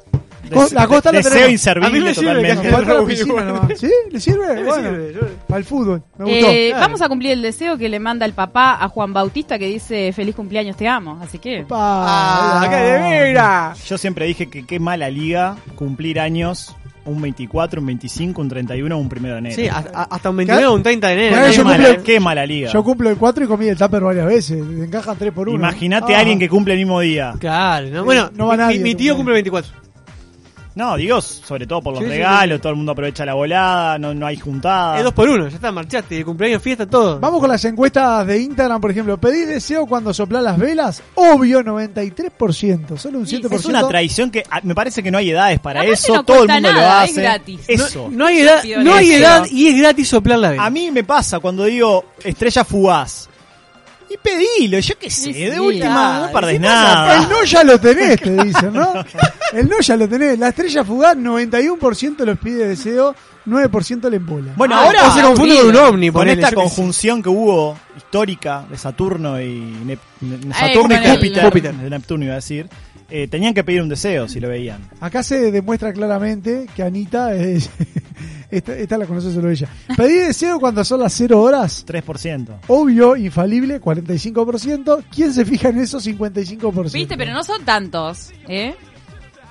S3: Co-
S2: Dese-
S3: la costa la
S2: deseo
S3: tenemos.
S2: inservible
S5: A mí me sirve
S2: totalmente.
S3: Nos
S5: que-
S3: falta la
S5: Robin,
S3: piscina
S5: bueno.
S3: nomás. ¿Sí? ¿Le sirve?
S5: Me
S3: bueno,
S5: sirve, yo-
S3: para el fútbol. Me gustó.
S4: Eh,
S5: claro.
S4: Vamos a cumplir el deseo que le manda el papá a Juan Bautista que dice feliz cumpleaños te amo. Así que
S3: Pa,
S5: ¡Ah,
S3: la-
S5: qué de mira!
S2: Yo siempre dije que qué mala liga cumplir años un 24, un 25, un 31 o un 1 de enero.
S5: Sí, hasta, hasta un 29 o un 30 de enero.
S3: Claro,
S5: ¿no?
S2: qué,
S3: yo
S2: mala,
S3: cumplo-
S2: qué mala liga.
S3: Yo cumplo el 4 y comí el tupper varias veces. Te Encajan 3 por Ah. 1.
S2: Imagínate a alguien que cumple el mismo día.
S5: Claro, ¿no? Bueno,
S3: No va
S5: mi-
S3: nadie,
S5: mi, mi tío cumple 24.
S2: No, Dios, sobre todo por los
S5: Sí, sí,
S2: regalos, todo el mundo aprovecha la volada, no, no hay juntada.
S5: Es 2 por 1 ya está, marchaste, cumpleaños, fiesta, todo.
S3: Vamos con las encuestas de Instagram, por ejemplo. ¿Pedís deseo cuando soplás las velas? Obvio, 93%. Solo un
S4: Sí,
S3: 7%.
S2: es una traición que ah, me parece que no hay edades para
S4: Aparte
S2: eso,
S4: no
S2: todo el
S4: cuesta
S2: mundo lo
S4: nada,
S2: hace.
S4: es gratis.
S2: Eso.
S5: No hay edad,
S4: Pido
S5: no hay
S4: deseo.
S5: edad y es gratis soplar la vela.
S2: A mí me pasa cuando digo estrella fugaz. Y pedilo, yo qué sé,
S4: Y sí,
S2: de última
S5: ah,
S2: no perdés
S5: si no
S2: nada.
S3: El no ya lo tenés, te dicen, ¿no? El no ya lo tenés. La estrella fugaz, 91% los pide deseo, 9% le embola.
S2: Bueno,
S5: Ah,
S2: ahora
S5: entonces se confunde con un ovni,
S2: con
S5: ponele,
S2: esta
S5: yo qué sé.
S2: conjunción que hubo histórica de Saturno y Nep- ne- Saturno
S4: con
S2: y
S4: el-
S2: Júpiter,
S5: Júpiter.
S2: de Neptuno iba a decir, eh, tenían que pedir un deseo si lo veían.
S3: Acá se demuestra claramente que Anita es... Esta, esta la conoce solo ella. Pedí deseo cuando son las 0 horas.
S2: 3%.
S3: Obvio, infalible, 45%. ¿Quién se fija en eso? 55%.
S4: Viste, pero no son tantos, ¿eh?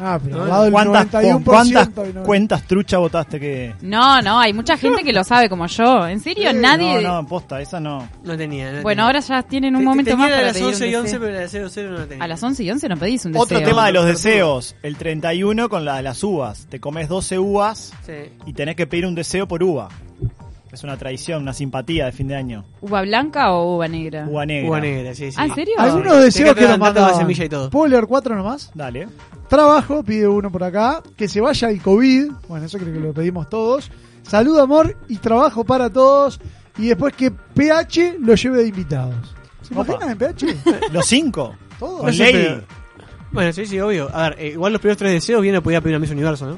S3: Ah, pero
S5: No,
S3: al lado del
S2: ¿Cuántas,
S3: 91%.
S2: con cuántas
S3: y no-
S2: cuentas trucha votaste que...?
S4: No, no, hay mucha gente que lo sabe como yo. En serio,
S3: Eh,
S4: nadie.
S2: No, no, posta, esa no.
S5: No tenía. no
S4: Bueno,
S5: tenía.
S4: ahora ya tienen un
S5: Te-
S4: momento
S5: tenía
S4: más para
S5: a las
S4: pedir un
S5: 11 y 11,
S4: deseo.
S5: pero la de 0 0 no la tenía.
S4: A las 11 y 11 no pedís un deseo.
S2: Otro tema de los
S5: Tortuga.
S2: deseos, el 31 con la de las uvas. Te comes 12 uvas
S5: Sí.
S2: y tenés que pedir un deseo por uva. Es una traición, una simpatía de fin de año.
S4: ¿Uva blanca o uva negra?
S2: Uva negra.
S5: Uva negra, sí, sí.
S4: Ah, ¿en serio?
S3: Algunos
S5: Tenés
S3: deseos
S5: que
S3: que,
S5: plantar
S3: nos
S5: toda
S3: mandaban.
S5: la semilla y todo.
S3: ¿Puedo leer cuatro nomás?
S2: Dale.
S3: Trabajo, pide uno por acá. Que se vaya el COVID. Bueno, eso creo que lo pedimos todos. Salud, amor y trabajo para todos. Y después que PH lo lleve de invitados. ¿Se
S2: Opa.
S3: imaginan en PH?
S2: Los cinco.
S3: Todos.
S2: Con
S5: No sé,
S2: Lady.
S5: pero- Bueno, sí, sí, obvio. A ver, eh, igual los primeros tres deseos bien lo podía pedir a Miss Universo, ¿no?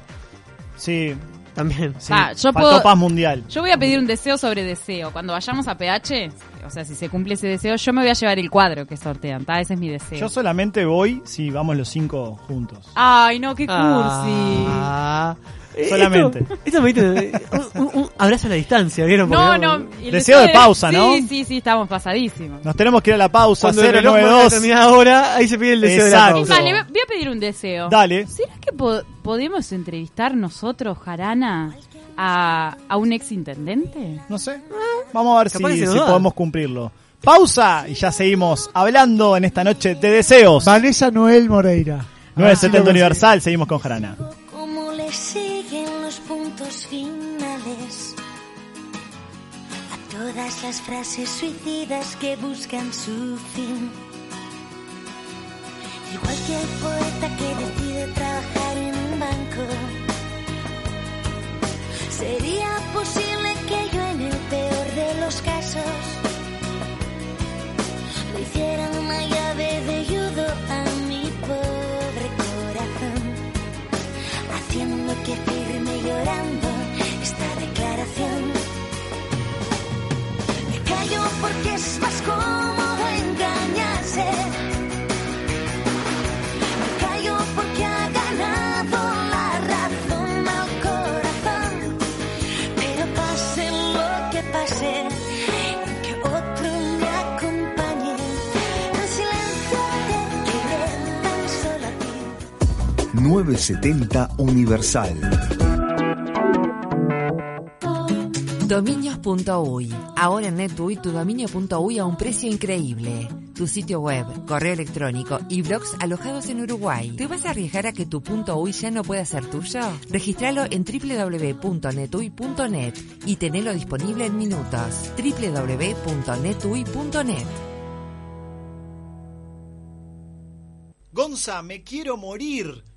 S2: Sí,
S5: También.
S2: sí.
S4: Ah, yo
S2: Faltó
S4: puedo-
S2: paz mundial.
S4: Yo voy a pedir un deseo sobre deseo. Cuando vayamos a PH, o sea, si se cumple ese deseo, yo me voy a llevar el cuadro que sortean. ¿tá? Ese es mi deseo.
S2: Yo solamente voy si vamos los cinco juntos.
S4: Ay, no, qué cursi.
S5: Ah. Eh,
S2: Solamente.
S5: Esto, esto me diste un, un- un abrazo a la distancia, ¿vieron?
S4: No,
S5: Porque,
S4: no.
S5: vamos,
S4: y el
S2: Deseo de pausa,
S4: sí,
S2: ¿no?
S4: Sí, sí, estamos pasadísimos.
S2: Nos tenemos que ir a la pausa,
S5: Cuando el reloj marca
S2: 092.
S5: determinada hora, ahí se pide el deseo
S2: Exacto.
S4: Es
S5: de la
S4: más,
S5: pausa.
S4: le voy voy a pedir un deseo.
S2: Dale.
S4: ¿Será que po- podemos entrevistar nosotros, Jarana, a, a un ex intendente?
S2: No sé. Vamos a ver
S5: Capaz que
S2: si,
S5: se nos
S2: si
S5: da.
S2: podemos cumplirlo. Pausa y ya seguimos hablando en esta noche de deseos.
S3: Vanessa Noel Moreira. Ah,
S2: 970 Universal, seguimos con Jarana.
S6: Como le siguen los puntos finales a todas las frases suicidas que buscan su fin. Igual que el poeta que decide trabajar en un banco, sería posible que yo en el peor de los casos le hiciera una llave de judo a mi pobre corazón haciendo que firme llorando esta declaración. Me callo porque es más cómodo engañarse. Me callo porque ha ganado la razón al corazón. Pero pase lo que pase, que otro me acompañe. El silencio de querer tan solo a ti.
S7: 970 Universal.
S8: Dominios.uy. Ahora en NetUI tu dominio.uy a un precio increíble. Tu sitio web, correo electrónico y blogs alojados en Uruguay. ¿Te vas a arriesgar a que tu punto .uy ya no pueda ser tuyo? Registralo en www.netui.net y tenelo disponible en minutos. www.netui.net
S9: Gonza, me quiero morir.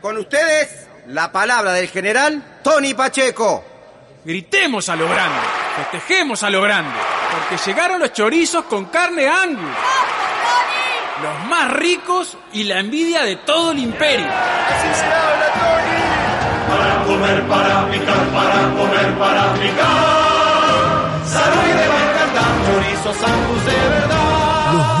S9: Con ustedes, la palabra del general Tony Pacheco.
S1: Gritemos a lo grande, festejemos a lo grande, porque llegaron los chorizos con carne angus. Los más ricos y la envidia de todo el imperio.
S7: Los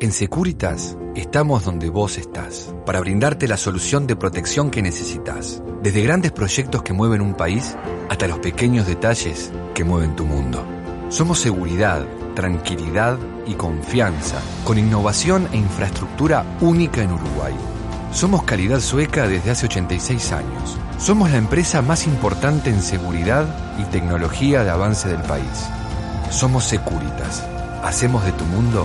S10: En Securitas estamos donde vos estás, para brindarte la solución de protección que necesitas, desde grandes proyectos que mueven un país hasta los pequeños detalles que mueven tu mundo. Somos seguridad, tranquilidad y confianza, con innovación e infraestructura única en Uruguay. Somos calidad sueca desde hace 86 años. Somos la empresa más importante en seguridad y tecnología de avance del país. Somos Securitas. Hacemos de tu mundo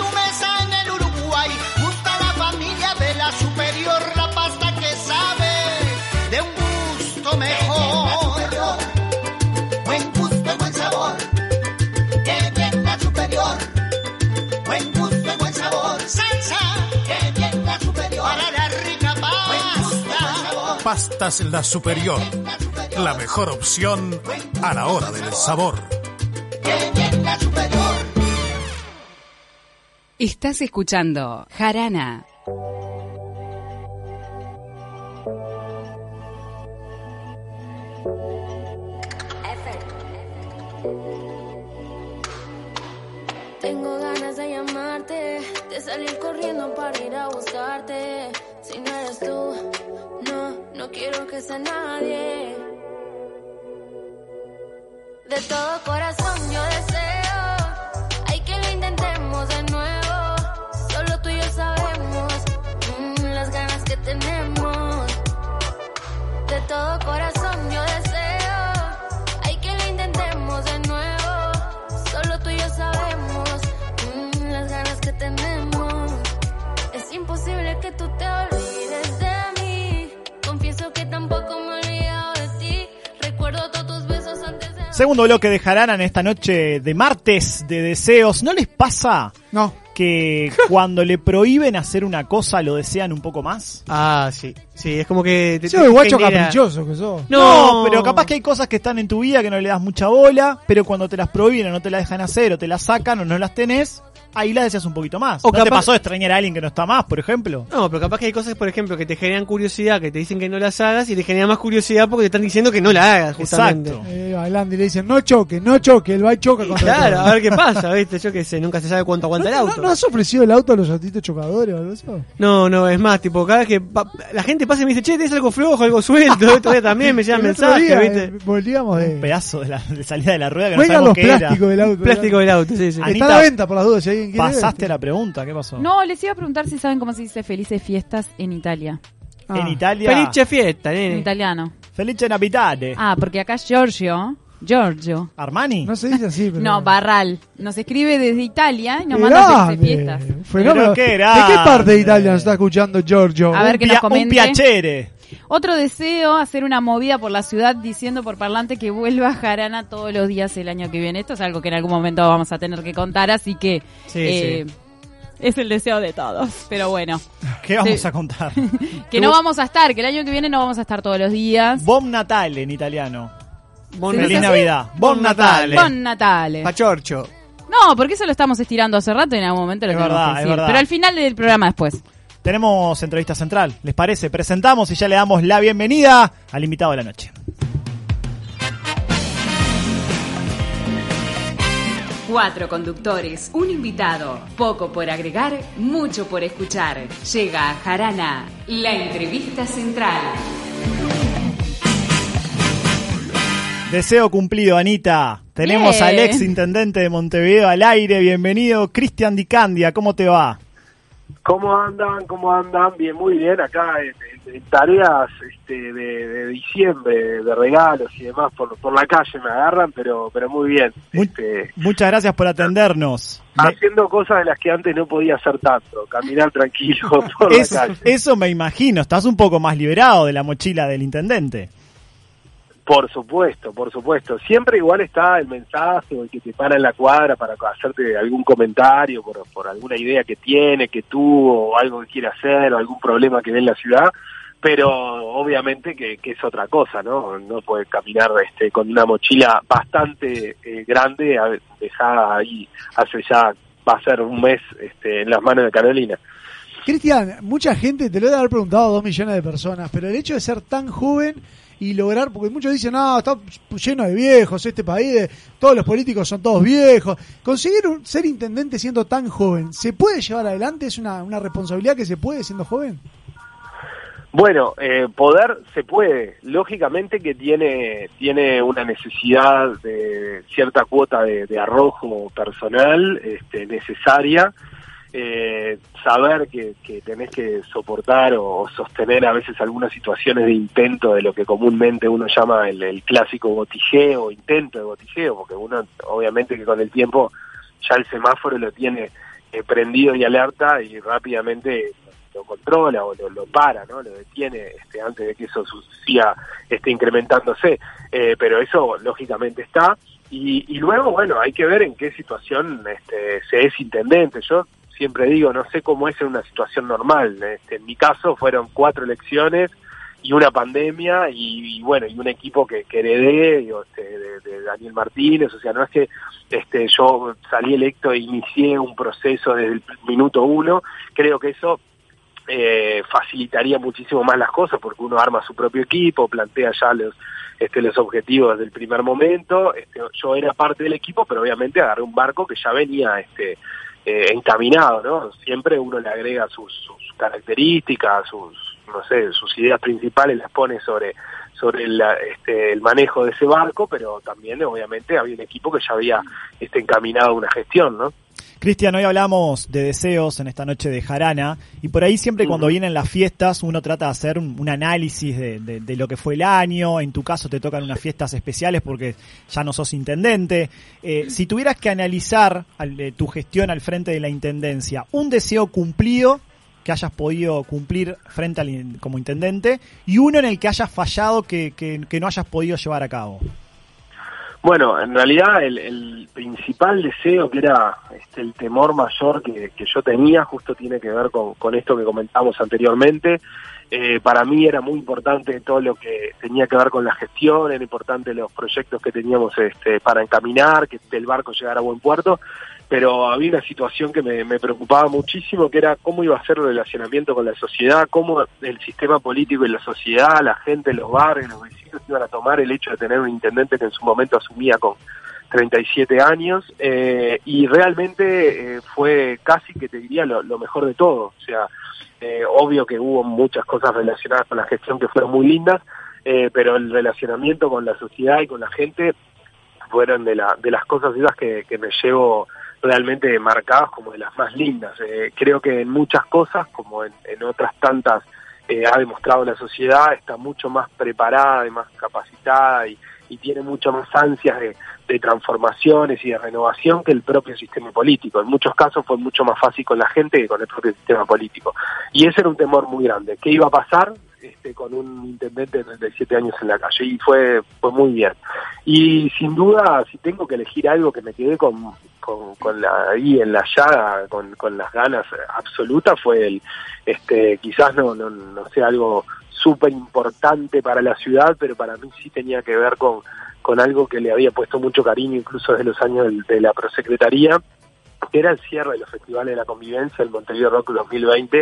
S11: tu mesa en el Uruguay. Gusta la familia de la superior, la pasta que sabe de un gusto mejor. Buen gusto y buen sabor, que bien la superior. Buen gusto y buen sabor, salsa. Que bien la superior. Para la rica pasta.
S12: Pastas La Superior. La mejor opción a la hora del sabor.
S11: Que bien la superior.
S13: Estás escuchando Jarana.
S14: Tengo ganas de llamarte, de salir corriendo para ir a buscarte. Si no eres tú, no, no quiero que sea nadie. De todo corazón yo deseo, hay que lo intentemos de nuevo. Solo tú y yo sabemos mm, las ganas que tenemos. De todo corazón yo deseo, hay que lo intentemos de nuevo. Solo tú y yo sabemos mm, las ganas que tenemos. Es imposible que tú te olvides de mí. Confieso que tampoco me he olvidado de ti. Recuerdo todos tus besos antes de
S2: Segundo bloque de Jarana en esta noche de martes de deseos. ¿No les pasa? No. Que cuando le prohíben hacer una cosa lo desean un poco más.
S5: Ah, sí. Sí, es como que. te-
S2: Sí,
S5: te
S2: guacho
S5: genera-
S2: caprichoso
S3: que sos.
S2: No, pero capaz que hay cosas que están en tu vida que no le das mucha bola, pero cuando te las prohíben o no te las dejan hacer o te las sacan o no las tenés, ahí las deseas un poquito más.
S5: O
S2: Ah, ¿No te
S5: capaz-
S2: pasó de extrañar a alguien que no está más, por ejemplo?
S5: No, pero capaz que hay cosas, por ejemplo, que te generan curiosidad, que te dicen que no las hagas y te genera más curiosidad porque te están diciendo que no la hagas, justamente.
S3: Eh, bailando y le dicen, no choque, no choque, el va y choca contra el
S5: Claro,
S3: otro.
S5: a ver qué pasa, ¿viste? Yo qué sé, nunca se sabe cuánto aguanta el
S3: ¿No,
S5: auto.
S3: no has ofrecido el auto a los autitos chocadores o algo así?
S5: No, no, es más, tipo, cada vez que pa- la gente pasa y me dice, che, tenés algo flojo, algo suelto, todavía también me llegan
S3: El otro
S5: mensajes,
S3: día,
S5: ¿viste?
S3: eh, volvíamos de...
S2: Un pedazo de, la, de salida de la rueda que no
S3: Juegan
S2: sabemos
S3: los
S2: qué era.
S3: plásticos del auto.
S5: Plástico del auto, sí, sí.
S3: Está a la venta por las dudas, si alguien quiere.
S2: Pasaste la pregunta, ¿qué pasó?
S4: No, les iba a preguntar si saben cómo se dice felices fiestas en Italia.
S3: Ah.
S2: En Italia.
S5: Ah. Felice fiesta,
S4: En Eh,
S5: nene.
S4: italiano.
S2: Felice Navidade.
S4: Ah, porque acá Giorgio, Giorgio.
S2: Armani.
S3: No se dice así, pero...
S4: No, Barral. Nos escribe desde Italia y nos manda
S3: Grande,
S4: felices fiestas.
S3: eh, un fenómeno.
S2: Pero qué
S3: ¿De qué
S2: grande.
S3: parte de Italia nos está escuchando Giorgio?
S4: A ver que nos comente.
S2: Un piacere.
S4: Otro deseo, hacer una movida por la ciudad diciendo por parlante que vuelva Jarana todos los días el año que viene. Esto es algo que en algún momento vamos a tener que contar, así que
S2: Sí,
S4: eh, es el deseo de todos. Pero bueno,
S2: ¿Qué vamos
S4: Sí.
S2: a contar?
S4: que no vamos a estar, que el año que viene no vamos a estar todos los días.
S2: Bom Natale en italiano.
S5: Bon
S2: Feliz
S5: Natale.
S2: Navidad. Bon Natale.
S4: Bon Natale.
S5: Pachorcho.
S4: No, porque eso lo estamos estirando hace rato y en algún momento lo
S2: Es
S4: tenemos
S2: verdad,
S4: que
S2: es
S4: decir.
S2: verdad.
S4: Pero al final del programa después.
S2: Tenemos entrevista central, ¿les parece? Presentamos y ya le damos la bienvenida al invitado de la noche.
S13: Cuatro conductores, un invitado, poco por agregar, mucho por escuchar. Llega a Jarana, la entrevista central.
S2: Deseo cumplido, Anita. Tenemos
S13: Bien.
S2: al ex intendente de Montevideo al aire. Bienvenido, Cristian Dicandia. ¿Cómo te va?
S15: ¿Cómo andan? ¿Cómo andan? Bien, muy bien. Acá en, en- en tareas este, de, de diciembre, de regalos y demás, por, por la calle me agarran, pero, pero muy bien. Este,
S2: Muchas gracias por atendernos.
S15: haciendo cosas de las que antes no podía hacer tanto. Caminar tranquilo por
S2: Es-
S15: la calle.
S2: eso me imagino. Estás un poco más liberado de la mochila del intendente.
S15: Por supuesto, por supuesto. Siempre igual está el mensaje o el que te para en la cuadra para hacerte algún comentario por, por alguna idea que tiene, que tuvo, o algo que quiere hacer, o algún problema que ve en la ciudad. Pero obviamente que, que es otra cosa, ¿no? No puede caminar este, con una mochila bastante eh, grande a- dejada ahí hace ya va a ser un mes este, en las manos de Carolina.
S3: Cristian, mucha gente, te lo he de haber preguntado a dos millones de personas, pero el hecho de ser tan joven y lograr, porque muchos dicen, no, está lleno de viejos este país, de- todos los políticos son todos viejos. Conseguir un- ser intendente siendo tan joven, ¿se puede llevar adelante? ¿Es una, una responsabilidad que se puede siendo joven?
S15: Bueno, eh, poder se puede. Lógicamente que tiene, tiene una necesidad de cierta cuota de, de arrojo personal este, necesaria. Eh, saber que, que tenés que soportar o, sostener a veces algunas situaciones de intento de lo que comúnmente uno llama el, el clásico botijeo, intento de botijeo, porque uno obviamente que con el tiempo ya el semáforo lo tiene eh, prendido y alerta y rápidamente lo controla o lo, lo para, ¿no? Lo detiene este, antes de que eso su- siga este, incrementándose. Eh, pero eso lógicamente está. Y, y luego, bueno, hay que ver en qué situación este, se es intendente. Yo siempre digo, no sé cómo es en una situación normal. Este, en mi caso fueron cuatro elecciones y una pandemia y, y bueno, y un equipo que, que heredé digo, este, de, de Daniel Martínez. O sea, no es que este, yo salí electo e inicié un proceso desde el minuto uno. Creo que eso eh, facilitaría muchísimo más las cosas porque uno arma su propio equipo, plantea ya los este, los objetivos del primer momento. Este, yo era parte del equipo, pero obviamente agarré un barco que ya venía este, eh, encaminado, ¿no? Siempre uno le agrega sus, sus características, sus no sé, sus ideas principales las pone sobre sobre la- este, el manejo de ese barco, pero también obviamente había un equipo que ya había este, encaminado una gestión, ¿no?
S2: Cristian, hoy hablamos de deseos en esta noche de Jarana y por ahí siempre cuando vienen las fiestas uno trata de hacer un, un análisis de, de- de lo que fue el año, en tu caso te tocan unas fiestas especiales porque ya no sos intendente. Eh, si tuvieras que analizar al- eh, tu gestión al frente de la Intendencia, un deseo cumplido que hayas podido cumplir frente al, in- como intendente y uno en el que hayas fallado que, que- que no hayas podido llevar a cabo.
S15: Bueno, en realidad el, el principal deseo, que era este, el temor mayor que, que yo tenía, justo tiene que ver con, con esto que comentamos anteriormente. Eh, para mí era muy importante todo lo que tenía que ver con la gestión, era importante los proyectos que teníamos este, para encaminar, que el barco llegara a buen puerto, pero había una situación que me, me preocupaba muchísimo, que era cómo iba a ser el relacionamiento con la sociedad, cómo el sistema político y la sociedad, la gente, los barrios, los vecinos iban a tomar el hecho de tener un intendente que en su momento asumía con 37 años eh, y realmente eh, fue casi que te diría lo, lo mejor de todo. O sea, eh, obvio que hubo muchas cosas relacionadas con la gestión que fueron muy lindas, eh, pero el relacionamiento con la sociedad y con la gente fueron de, la, de las cosas esas que, que me llevo realmente marcadas como de las más lindas. Eh, creo que en muchas cosas, como en, en otras tantas, eh, ha demostrado la sociedad, está mucho más preparada y más capacitada y, y tiene mucho más ansias de, de transformaciones y de renovación que el propio sistema político. En muchos casos fue mucho más fácil con la gente que con el propio sistema político. Y ese era un temor muy grande. ¿Qué iba a pasar este, con un intendente de 37 años en la calle? Y fue, fue muy bien. Y sin duda, si tengo que elegir algo que me quedé con, con, con la, ahí en la llaga, con, con las ganas absolutas, fue el, este, quizás no, no, no sea algo súper importante para la ciudad, pero para mí sí tenía que ver con, con algo que le había puesto mucho cariño, incluso desde los años del- de la prosecretaría, que era el cierre de los festivales de la convivencia, el Montevideo Rock 2020,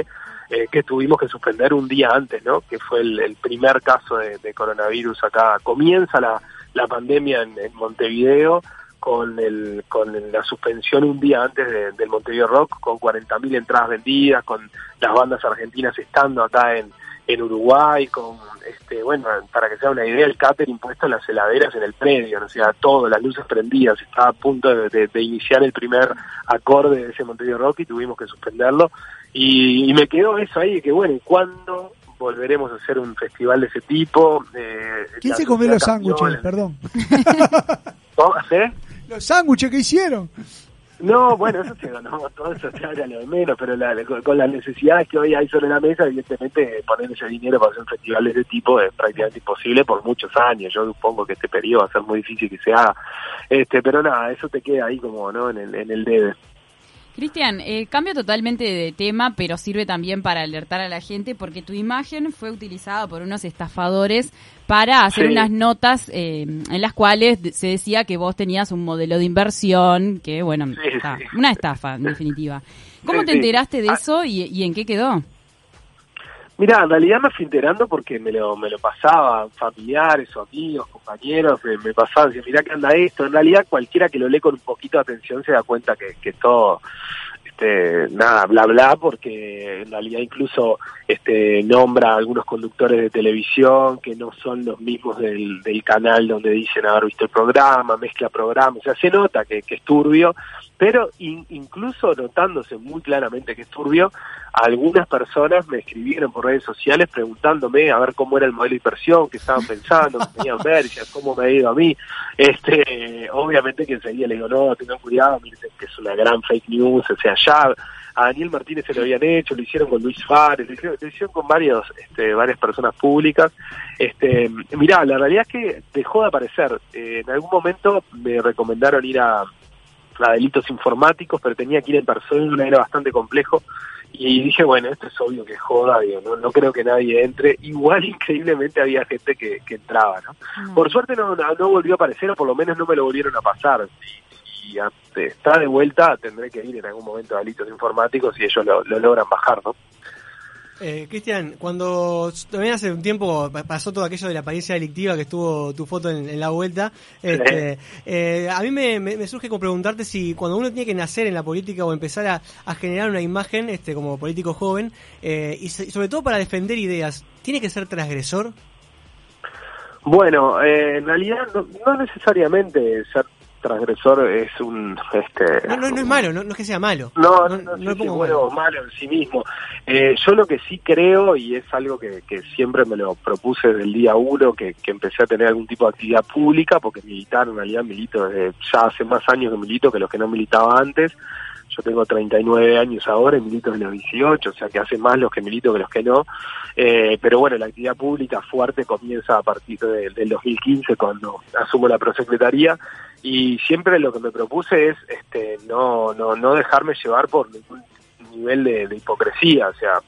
S15: eh, que tuvimos que suspender un día antes, ¿no? Que fue el, el primer caso de, de coronavirus acá. Comienza la, la pandemia en, en Montevideo con, el, con la suspensión un día antes de- del Montevideo Rock, con 40.000 entradas vendidas, con las bandas argentinas estando acá en, en Uruguay, con, este, bueno, para que sea una idea, el catering puesto en las heladeras en el predio, o sea, todo, las luces prendidas, estaba a punto de, de- de iniciar el primer acorde de ese Montevideo Rock y tuvimos que suspenderlo. Y, y me quedó eso ahí, que bueno, ¿y ¿cuándo volveremos a hacer un festival de ese tipo? Eh,
S3: ¿Quién
S15: la
S3: se comió
S15: sociedad cambió,
S3: los sándwiches?
S15: la-
S3: Perdón.
S15: ¿Cómo? ¿Eh?
S3: ¿Los sándwiches que hicieron?
S15: No, bueno, eso se ganó, todo eso se habla lo de menos, pero la- con, con las necesidades que hoy hay sobre la mesa, evidentemente poner ese dinero para hacer un festival de ese tipo es prácticamente imposible por muchos años. Yo supongo que este periodo va a ser muy difícil que se haga. Este, pero nada, eso te queda ahí como no en el, en el debe.
S4: Cristian, eh, cambio totalmente de tema, pero sirve también para alertar a la gente porque tu imagen fue utilizada por unos estafadores para hacer
S13: Sí.
S4: unas notas eh, en las cuales de- se decía que vos tenías un modelo de inversión, que bueno, está, una estafa en definitiva. ¿Cómo
S15: Sí, Ah.
S4: te
S15: sí.
S4: enteraste de eso y, y en qué quedó?
S15: Mira, en realidad me fui enterando porque me lo, me lo pasaban familiares o amigos, compañeros, me, me pasaban, decían, mirá que anda esto. En realidad cualquiera que lo lee con un poquito de atención se da cuenta que, que todo, este, nada, bla, bla, porque en realidad incluso este, nombra a algunos conductores de televisión que no son los mismos del, del canal donde dicen haber visto el programa, mezcla programas, o sea, se nota que, que es turbio, pero in- incluso notándose muy claramente que es turbio, algunas personas me escribieron por redes sociales preguntándome a ver cómo era el modelo de inversión que estaban pensando, que tenían ver, ya cómo me ha ido a mí. Este, obviamente que enseguida le digo, no, tengan cuidado, miren que es una gran fake news, o sea, ya a Daniel Martínez se lo habían hecho, lo hicieron con Luis Fares, lo hicieron, lo hicieron con varios, este, varias personas públicas. Este, mirá, la realidad es que dejó de aparecer. Eh, en algún momento me recomendaron ir a, a delitos informáticos, pero tenía que ir en persona, era bastante complejo. Y dije, bueno, esto es obvio que es joda, digo, no, no creo que nadie entre. Igual, increíblemente, había gente que, que entraba, ¿no?
S5: Ah.
S15: Por suerte no, no no volvió a aparecer, o por lo menos no me lo volvieron a pasar. Si, si a- está de vuelta, tendré que ir en algún momento a delitos informáticos y ellos lo, lo logran bajar, ¿no?
S5: Eh, Cristian, cuando también hace un tiempo pa- pasó todo aquello de la apariencia delictiva que estuvo tu foto en, en la vuelta, este, eh, a mí me, me- me surge como preguntarte si cuando uno tiene que nacer en la política o empezar a, a generar una imagen este, como político joven, eh, y so- y sobre todo para defender ideas, ¿tiene que ser transgresor?
S15: Bueno, eh, en realidad no, no necesariamente ser transgresor es un... Este,
S5: No, no, no es malo, no, no es que sea malo.
S15: No,
S5: no,
S15: no,
S5: no
S15: sí,
S5: lo
S15: sí,
S5: pongo
S15: bueno o malo en sí mismo. Eh, yo lo que sí creo, y es algo que, que siempre me lo propuse desde el día uno, que, que empecé a tener algún tipo de actividad pública, porque militar en realidad milito desde ya hace más años que milito que los que no militaba antes. Yo tengo 39 años ahora y milito desde los 18, o sea que hace más los que milito que los que no. Eh, pero bueno, la actividad pública fuerte comienza a partir de- del 2015 cuando asumo la prosecretaría y siempre lo que me propuse es este, no, no, no dejarme llevar por ningún nivel de, de hipocresía. O sea,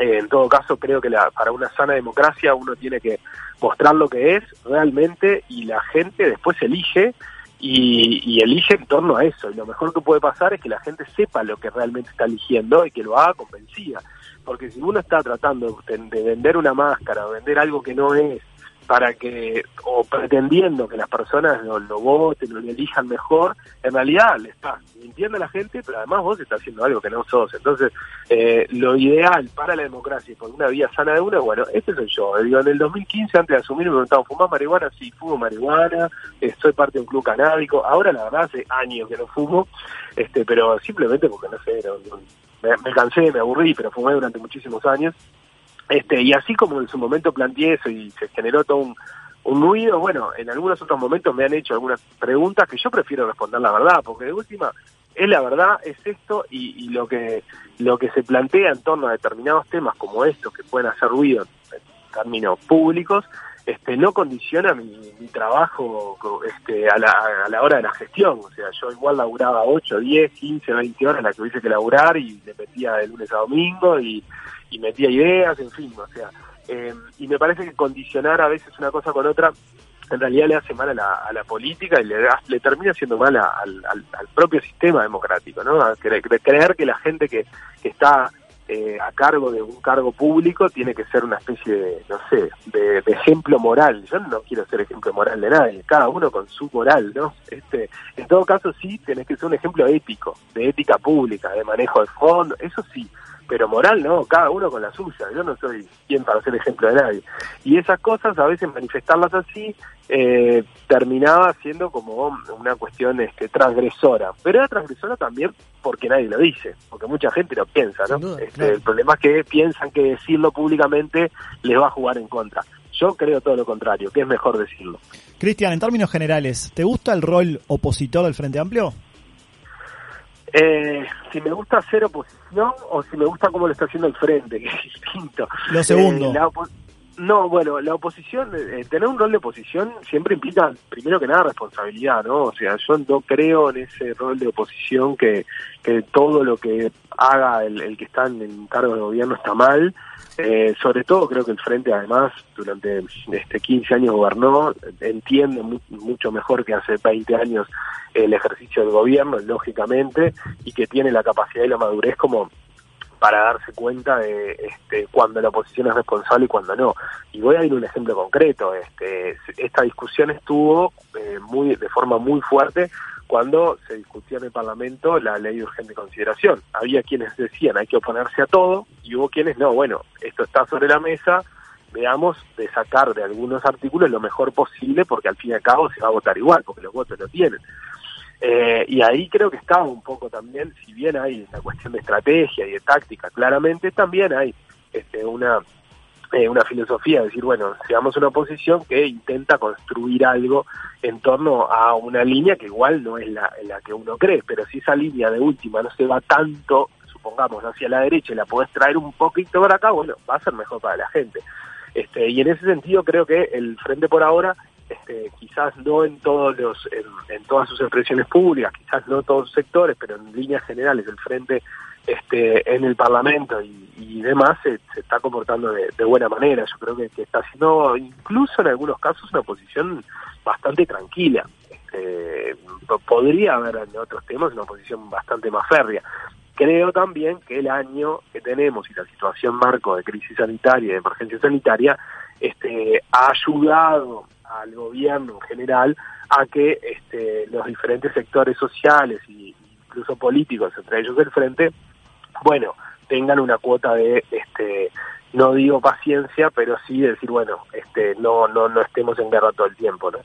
S15: eh, en todo caso creo que la- para una sana democracia uno tiene que mostrar lo que es realmente y la gente después elige y, y elige en torno a eso. Y lo mejor que puede pasar es que la gente sepa lo que realmente está eligiendo y que lo haga convencida. Porque si uno está tratando de, de vender una máscara, vender algo que no es, para que, o pretendiendo que las personas lo, lo voten o lo elijan mejor, en realidad le estás mintiendo a la gente, pero además vos estás haciendo algo que no sos. Entonces, eh, lo ideal para la democracia y por una vía sana de uno, bueno, este soy yo. Digo, en el 2015, antes de asumir, me preguntaban, ¿fumás marihuana? Sí, fumo marihuana, eh, soy parte de un club canábico. Ahora, la verdad, hace años que no fumo, este pero simplemente porque, no sé, no- no- me, me cansé, me aburrí, pero fumé durante muchísimos años. Este, y así como en su momento planteé eso y se generó todo un, un ruido, bueno, en algunos otros momentos me han hecho algunas preguntas que yo prefiero responder la verdad, porque de última es la verdad, es esto y, y lo que lo que se plantea en torno a determinados temas como estos que pueden hacer ruido en términos públicos, este, no condiciona mi, mi trabajo co- este, a, la, a la hora de la gestión. O sea, yo igual laburaba 8, 10, 15, 20 horas las que hubiese que laburar y le metía de lunes a domingo y, y metía ideas, en fin, o sea. eh, y me parece que condicionar a veces una cosa con otra en realidad le hace mal a la, a la política y le, da- le termina haciendo mal a- al, al- al propio sistema democrático, ¿no? A cre- cre- creer que la gente que, que está eh, a cargo de un cargo público tiene que ser una especie de, no sé, de, de ejemplo moral. Yo no quiero ser ejemplo moral de nadie, cada uno con su moral, ¿no? Este, en todo caso sí tenés que ser un ejemplo ético, de ética pública, de manejo de fondo, eso sí. Pero moral no, cada uno con la suya. Yo no soy quien para ser ejemplo de nadie. Y esas cosas, a veces manifestarlas así, eh, terminaba siendo como una cuestión este, transgresora. Pero era transgresora también porque nadie lo dice, porque mucha gente lo piensa, ¿no? Este, El problema es que piensan que decirlo públicamente les va a jugar en contra. Yo creo todo lo contrario, que es mejor decirlo.
S2: Cristian, en términos generales, ¿te gusta el rol opositor del Frente Amplio?
S15: Eh, si me gusta hacer oposición o si me gusta cómo lo está haciendo el frente, que es distinto.
S2: Lo segundo.
S15: Eh, la opo- No, bueno, la oposición, eh, tener un rol de oposición siempre implica, primero que nada, responsabilidad, ¿no? O sea, yo no creo en ese rol de oposición que, que todo lo que haga el, el que está en el cargo de gobierno está mal. Eh, sobre todo creo que el Frente, además, durante este 15 años gobernó, entiende mu- mucho mejor que hace 20 años el ejercicio del gobierno, lógicamente, y que tiene la capacidad y la madurez como para darse cuenta de este, cuando la oposición es responsable y cuando no. Y voy a ir a un ejemplo concreto. Este, esta discusión estuvo eh, muy de forma muy fuerte cuando se discutía en el Parlamento la ley de urgente consideración. Había quienes decían hay que oponerse a todo y hubo quienes no, bueno, esto está sobre la mesa, veamos de sacar de algunos artículos lo mejor posible porque al fin y al cabo se va a votar igual, porque los votos lo tienen. Eh, y ahí creo que estaba un poco también, si bien hay la cuestión de estrategia y de táctica, claramente también hay este, una, eh, una filosofía, de decir, bueno, seamos una oposición que intenta construir algo en torno a una línea que igual no es la, la que uno cree, pero si esa línea de última no se va tanto, supongamos, hacia la derecha y la podés traer un poquito para acá, bueno, va a ser mejor para la gente. Este, y en ese sentido creo que el Frente por ahora este, quizás no en todos los en, en todas sus expresiones públicas, quizás no todos los sectores, pero en líneas generales el frente este, en el Parlamento y, y demás se, se está comportando de, de buena manera. Yo creo que, que está haciendo incluso en algunos casos una posición bastante tranquila. Este, po- podría haber en otros temas una posición bastante más férrea. Creo también que el año que tenemos y la situación marco de crisis sanitaria y de emergencia sanitaria este, ha ayudado al gobierno en general a que este, los diferentes sectores sociales e incluso políticos, entre ellos el Frente, bueno, tengan una cuota de, este, no digo paciencia, pero sí decir, bueno, este, no, no, no estemos en guerra todo el tiempo, ¿no?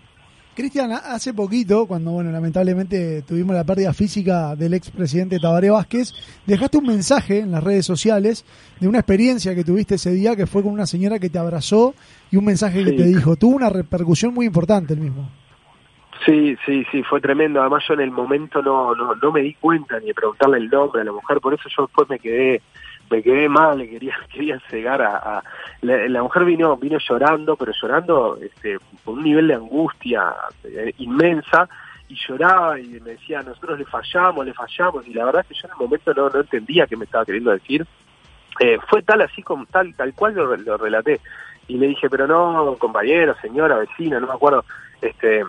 S3: Cristian, ha- hace poquito, cuando bueno, lamentablemente tuvimos la pérdida física del expresidente Tabaré Vázquez, dejaste un mensaje en las redes sociales de una experiencia que tuviste ese día que fue con una señora que te abrazó y un mensaje que
S15: Sí.
S3: te dijo. Tuvo una repercusión muy importante el mismo.
S15: Sí, sí, sí, fue tremendo. Además yo en el momento no, no, no me di cuenta ni de preguntarle el nombre a la mujer, por eso yo después me quedé, me quedé mal, le quería, quería cegar a, a- la, la mujer vino, vino llorando, pero llorando este, con un nivel de angustia eh, inmensa, y lloraba y me decía, nosotros le fallamos, le fallamos, y la verdad es que yo en el momento no, no entendía qué me estaba queriendo decir. Eh, fue tal así como tal, tal cual lo, lo relaté. Y le dije, pero no, compañero, señora, vecina, no me acuerdo, este,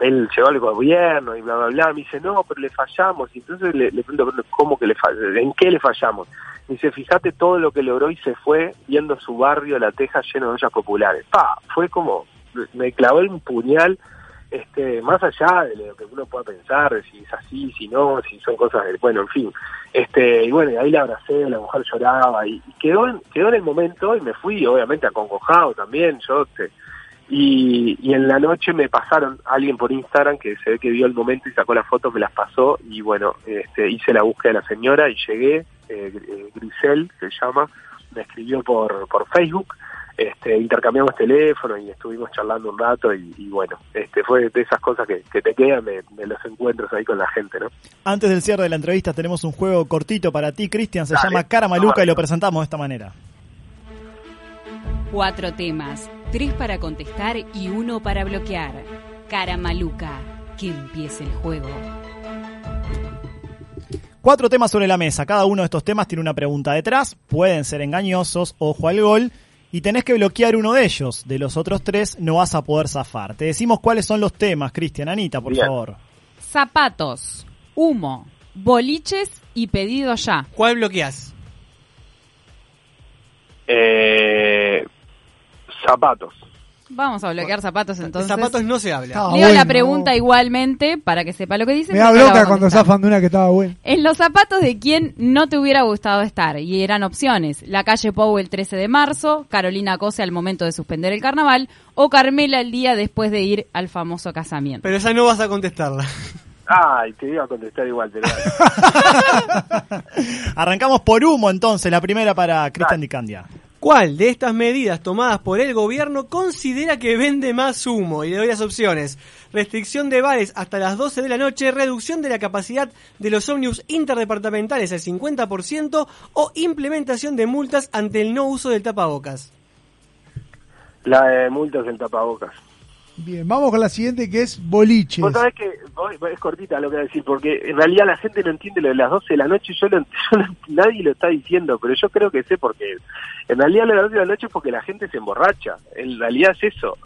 S15: él llegó al gobierno y bla, bla, bla. Me dice, no, pero le fallamos. Y entonces le, le pregunto, "Pero ¿cómo que le fallamos? ¿En qué le fallamos? Me dice, fíjate todo lo que logró y se fue viendo su barrio, La Teja, lleno de ollas populares. Pa, fue como, me clavó un puñal, este, más allá de lo que uno pueda pensar, de si es así, si no, si son cosas, de- bueno, en fin. Este, y bueno, y ahí la abracé, la mujer lloraba y, y quedó, en- quedó en el momento y me fui, obviamente, acongojado también. Yo, este, y, y en la noche me pasaron alguien por Instagram que se ve que vio el momento y sacó las fotos, me las pasó y bueno, este, hice la búsqueda de la señora y llegué, eh, eh, Grisel se llama, me escribió por, por Facebook, este, intercambiamos teléfono y estuvimos charlando un rato y, y bueno, este, fue de esas cosas que, que te quedan de, de los encuentros ahí con la gente, ¿no?
S2: Antes del cierre de la entrevista tenemos un juego cortito para ti, Cristian, se llama Cara Maluca y lo presentamos de esta manera.
S13: Cuatro temas, tres para contestar y uno para bloquear. Cara maluca, que empiece el juego.
S2: Cuatro temas sobre la mesa. Cada uno de estos temas tiene una pregunta detrás. Pueden ser engañosos, ojo al gol. Y tenés que bloquear uno de ellos. De los otros tres no vas a poder zafar. Te decimos cuáles son los temas, Cristian. Anita, por favor.
S4: Zapatos, humo, boliches y pedido ya.
S5: ¿Cuál bloqueas?
S15: Eh, zapatos.
S4: Vamos a bloquear zapatos entonces.
S5: zapatos no se habla.
S4: Leo
S3: Ah,
S4: la
S3: bueno,
S4: pregunta igualmente para que sepa lo que dice.
S3: Me da
S4: pero no la
S3: bronca
S4: va a
S3: cuando
S4: contestar.
S3: zafan de una que estaba buena.
S4: En los zapatos de quien no te hubiera gustado estar, y eran opciones, la calle Pou el 13 de marzo, Carolina Cose al momento de suspender el carnaval, o Carmela el día después de ir al famoso casamiento.
S5: Pero esa no vas a contestarla.
S15: Ay, te iba a contestar igual, pero
S2: Arrancamos por humo entonces. La primera para Cristian Dicandia.
S5: ¿Cuál de estas medidas tomadas por el gobierno considera que vende más humo? Y le doy las opciones. Restricción de bares hasta las 12 de la noche, reducción de la capacidad de los ómnibus interdepartamentales al 50% o implementación de multas ante el no uso del tapabocas.
S15: La de multas en tapabocas.
S3: Bien, vamos con la siguiente que es boliches.
S15: Vos sabés que vos- vos- es cortita lo que voy a decir, porque en realidad la gente no entiende lo de las 12 de la noche, yo, lo, yo lo- nadie lo está diciendo, pero yo creo que sé porque en realidad lo de las 12 de la noche es porque la gente se emborracha, en realidad es eso.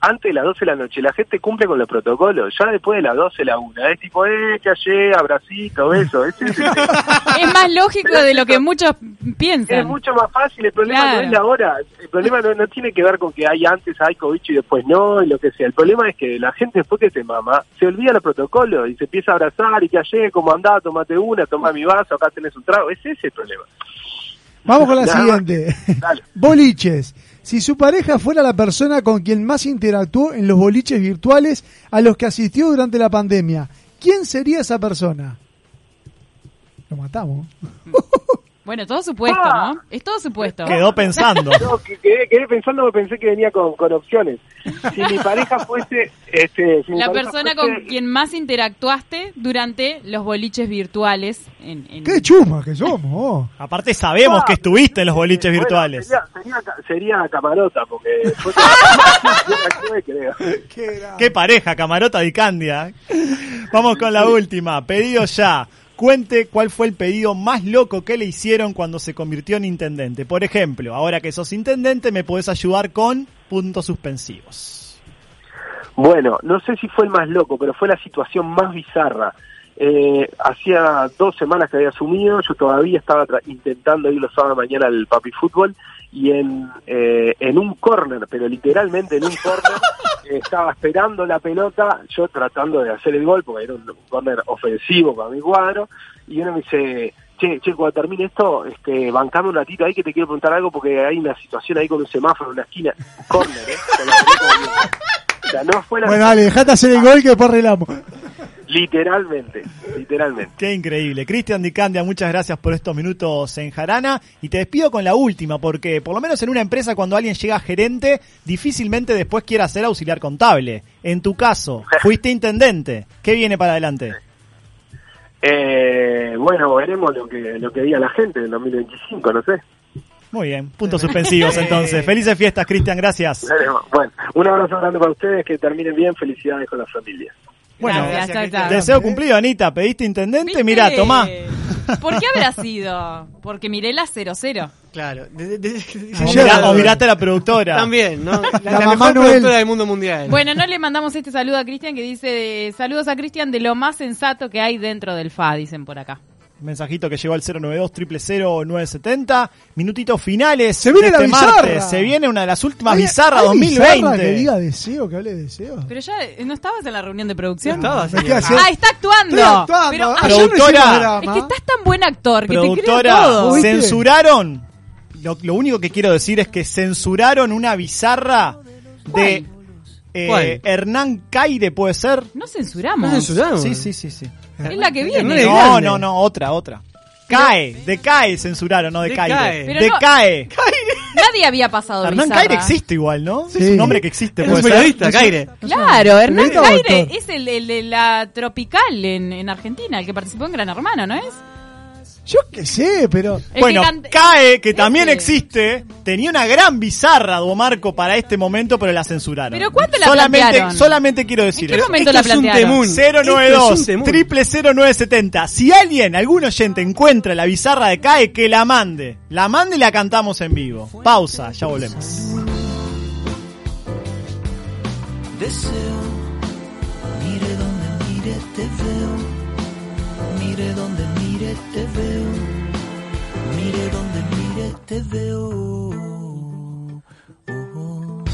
S15: Antes de las 12 de la noche la gente cumple con los protocolos, ya después de las 12 la 1, es tipo, eh, que ayer, abracito, beso, es, es-
S4: Es más lógico de lo que muchos piensan.
S15: es mucho más fácil, el problema
S4: Claro.
S15: no es la hora, el problema no, no tiene que ver con que hay antes hay cobicho y después no, y lo que sea, el problema es que la gente después que se mama, se olvida los protocolos y se empieza a abrazar y que ayer, como andá, tomate una, toma mi vaso, acá tenés un trago, ese es el problema.
S3: Vamos con la
S15: Nada más.
S3: siguiente.
S15: Dale.
S3: Boliches. Si su pareja fuera la persona con quien más interactuó en los boliches virtuales a los que asistió durante la pandemia, ¿quién sería esa persona? Lo matamos.
S4: Bueno, todo supuesto, ¿no? Es todo supuesto.
S15: No, que- quedé, quedé pensando, me pensé que venía con, con opciones. Si mi pareja fuese... Este, si mi
S4: La
S15: pareja
S4: persona
S15: fuese-
S4: con quien más interactuaste durante los boliches virtuales. En, en-
S3: ¡Qué chumas que somos! vos!
S2: Aparte sabemos que estuviste en los boliches
S15: Bueno,
S2: virtuales.
S15: sería, sería, ca- sería camarota, porque... fue- creo.
S2: Qué pareja, Camarota y Candia. Vamos con la última. Pedido ya. Cuente cuál fue el pedido más loco que le hicieron cuando se convirtió en intendente. Por ejemplo, ahora que sos intendente me podés ayudar con puntos suspensivos.
S15: Bueno, no sé si fue el más loco, pero fue la situación más bizarra. Eh, hacía dos semanas que había asumido, yo todavía estaba tra- intentando ir los sábados de mañana al papi fútbol y en, eh, en un corner, pero literalmente en un corner, eh, estaba esperando la pelota, yo tratando de hacer el gol, porque era un corner ofensivo para mi cuadro, y uno me dice, che, che, cuando termine esto, este, bancame un ratito ahí que te quiero preguntar algo porque hay una situación ahí con un semáforo en una esquina, corner, ¿eh? Con la pelota de mierda. O sea, no fue la
S3: Bueno, dale, dejate hacer el gol que después arreglamos.
S15: Literalmente, literalmente.
S2: Qué increíble. Cristian Dicandia, muchas gracias por estos minutos en Jarana. Y te despido con la última, porque por lo menos en una empresa cuando alguien llega a gerente, difícilmente después quiera ser auxiliar contable. En tu caso, fuiste intendente. ¿Qué viene para adelante?
S15: Eh, bueno, veremos lo que lo que diga la gente en 2025, no sé.
S2: Muy bien, puntos suspensivos entonces. Felices fiestas, Cristian, gracias.
S15: Veremos. Bueno, un abrazo grande para ustedes, que terminen bien, felicidades con la familia.
S2: Bueno,
S4: Gracias, chao, chao.
S2: deseo cumplido, Anita. Pediste intendente, mira, tomá.
S4: Eh, ¿Por qué habrá sido? Porque miré la 00.
S5: Claro.
S2: O, mirá- o miraste a la productora.
S5: También, ¿no? La, la
S2: mamá
S5: mejor
S2: Noel.
S5: productora del mundo mundial.
S4: Bueno, no le mandamos este saludo a Cristian que dice eh, saludos a Cristian de lo más sensato que hay dentro del FA, dicen por acá.
S2: Mensajito que llegó al 092 000 970 Minutitos finales. Se
S3: viene la
S2: este
S3: bizarra.
S2: martes. Se viene una de las últimas bizarras
S3: ¿Hay bizarra
S2: 2020.
S3: que diga deseo, que hable de deseo.
S4: Pero ya eh, no estabas en la reunión de producción.
S3: No estaba, señor. Me quedé haciendo-
S4: ah, está actuando.
S3: Estoy actuando.
S4: Pero
S3: Ayer
S4: ayer no
S2: Productora.
S4: hicimos drama. Es que estás tan buen actor que te creo
S2: productora,
S4: todo.
S2: censuraron. Lo, lo único que quiero decir es que censuraron una bizarra de eh,
S5: ¿Cuál?
S2: Hernán Caire, ¿puede ser?
S4: No censuramos.
S5: No censuramos.
S2: Sí, sí, sí, sí.
S4: Es la que viene.
S2: No, no, no, otra, otra. Cae, de Cae censuraron, no de Caire.
S4: Pero
S2: De
S4: no-
S2: Caire.
S4: Nadie había pasado
S2: Hernán
S4: bizarra.
S2: Caire existe igual, ¿no? Es un nombre que existe.
S5: Es
S2: puede
S5: un periodista,
S2: ser.
S5: Caire.
S4: Claro, Hernán
S2: Periodista o
S4: Caire
S2: actor.
S4: es el, el de la tropical en, en Argentina, el que participó en Gran Hermano, ¿no es?
S3: Yo qué sé, pero.
S4: que
S2: Bueno,
S4: canta-
S2: Cae, que también existe, tenía una gran bizarra, Duomarco, para este momento, pero la censuraron.
S4: ¿Pero cuándo la
S2: solamente,
S4: plantearon?
S2: solamente quiero decir
S4: qué momento Esto la es un plantearon? temún. Esto es
S2: 092
S4: un temún.
S2: 00970. Si alguien, algún oyente, encuentra la bizarra de Cae, que la mande. La mande y la cantamos en vivo. Pausa, ya volvemos.
S16: deseo. Mire donde mire te veo. Mire donde mire te veo. Mire donde mire te veo. Oh.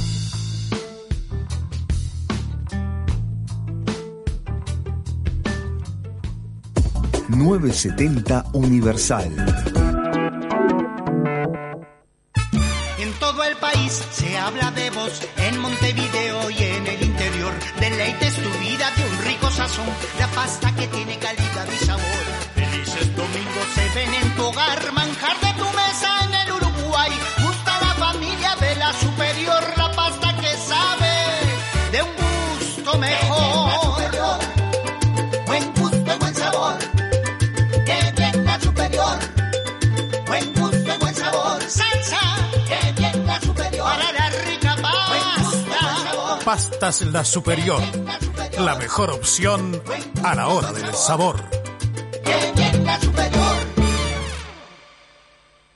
S7: Ujú. 970 Universal.
S11: En todo el país se habla de vos, en Montevideo y en el interior. Deleites tu vida de un rico sazón, la pasta que tiene calidad y sabor. Felices domingos se ven en tu hogar, manjar de tu mesa en el Uruguay. Gusta la familia de la superior, la pasta que sabe de un gusto mejor. Buen gusto y buen sabor, que bien la superior. Buen gusto y buen sabor. Salsa, que bien la superior. Para la rica pasta.
S12: Pastas La Superior, la mejor opción a la hora del sabor.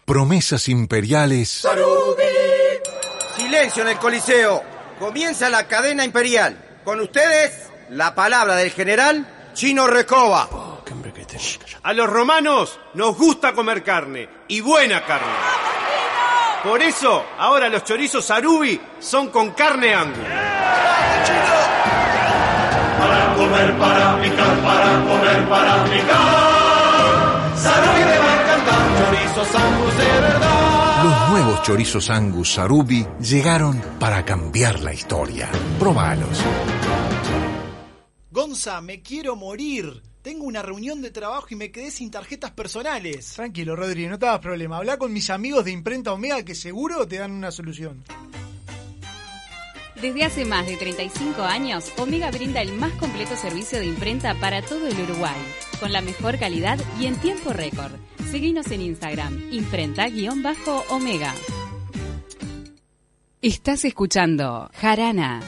S7: Promesas imperiales
S17: Silencio en el Coliseo. Comienza la cadena imperial. Con ustedes, la palabra del general Chino Recoba.
S18: A los romanos nos gusta comer carne y buena carne. Por eso, ahora los chorizos arubi son con carne angus.
S1: Para comer, para picar, para comer, para picar. Sarubi te va a encantar, chorizos angus de verdad.
S7: Los nuevos chorizos Angus Sarubi llegaron para cambiar la historia. Probalos.
S19: Gonza, me quiero morir. Tengo una reunión de trabajo y me quedé sin tarjetas personales. Tranquilo, Rodri, no te hagas problema. Habla con mis amigos de Imprenta Omega que seguro te dan una solución.
S13: Desde hace más de 35 años, Omega brinda el más completo servicio de imprenta para todo el Uruguay, con la mejor calidad y en tiempo récord. Seguinos en Instagram, imprenta-omega. Estás escuchando Jarana.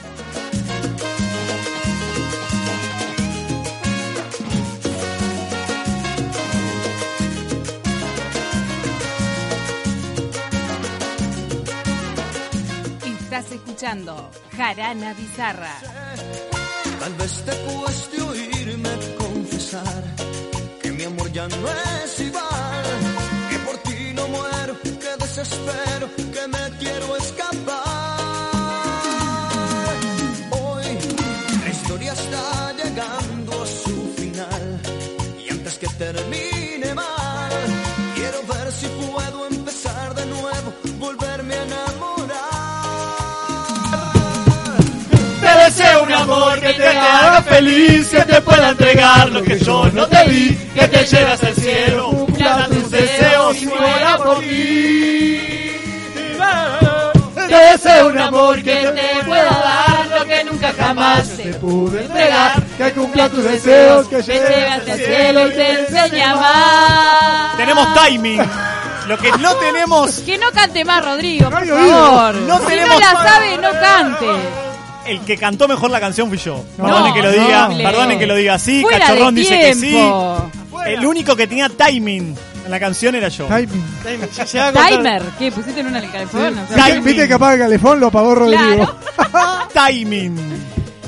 S13: Estás escuchando Jarana Bizarra.
S16: Tal vez te cueste oírme confesar que mi amor ya no es igual, que por ti no muero, que desespero, que me quiero escapar. Hoy la historia está llegando a su final y antes que termine mal, quiero ver si puedo empezar de nuevo, volverme a enamorar.
S1: Te deseo un amor que te haga feliz, que te pueda entregar lo que yo no te di, que te lleve hasta el cielo, cumpla tus deseos si fuera por ti. Te deseo un amor que te pueda dar lo que nunca jamás te pude entregar, que cumpla tus deseos, que lleve hasta el cielo y te enseñe a amar.
S2: Tenemos timing. Lo que no tenemos.
S4: Que no cante más, Rodrigo, por
S2: oído.
S4: favor.
S2: No
S4: si
S2: tenemos
S4: no la
S2: para-
S4: sabe, no cante.
S2: El que cantó mejor la canción fui yo.
S4: No,
S2: perdonen que lo
S4: no,
S2: diga,
S4: Leo.
S2: perdonen que lo diga así,
S4: Fuera de
S2: Cachorrón dice que sí.
S4: tiempo.
S2: El único que tenía timing en la canción era yo.
S3: Timing.
S4: Timer, ¿qué? ¿Pusiste en una en el calefón? O sea,
S3: Viste que apaga el calefón, lo apagó Rodrigo.
S2: Timing.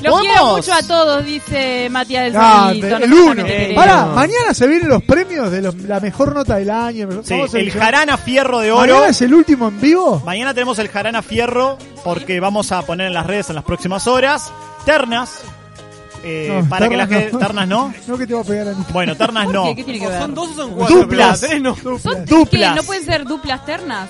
S4: Lo quiero
S2: Vamos.
S4: mucho a todos, dice Matías del
S3: Ah,
S4: Solito.
S3: el
S4: Nosotros
S3: uno.
S4: te queremos.
S3: Pará, mañana se vienen los premios de los- la mejor nota del año.
S2: Sí,
S3: Vamos a
S2: el
S3: elegir-
S2: Jarana Fierro de Oro.
S3: ¿Mañana es el último en vivo?
S2: Mañana tenemos el Jarana Fierro porque vamos a poner en las redes en las próximas horas ternas. eh,
S3: No,
S2: para que las
S3: ternas
S2: que-
S3: no.
S2: ternas no.
S3: No que te va a pegar a mí.
S2: Bueno, ternas no.
S4: ¿Qué, qué tiene que ver?
S5: Son dos o son cuatro.
S2: Duplas.
S5: pero la tres no.
S4: ¿Son
S2: Duplas.
S4: ¿Qué? ¿No pueden ser duplas ternas?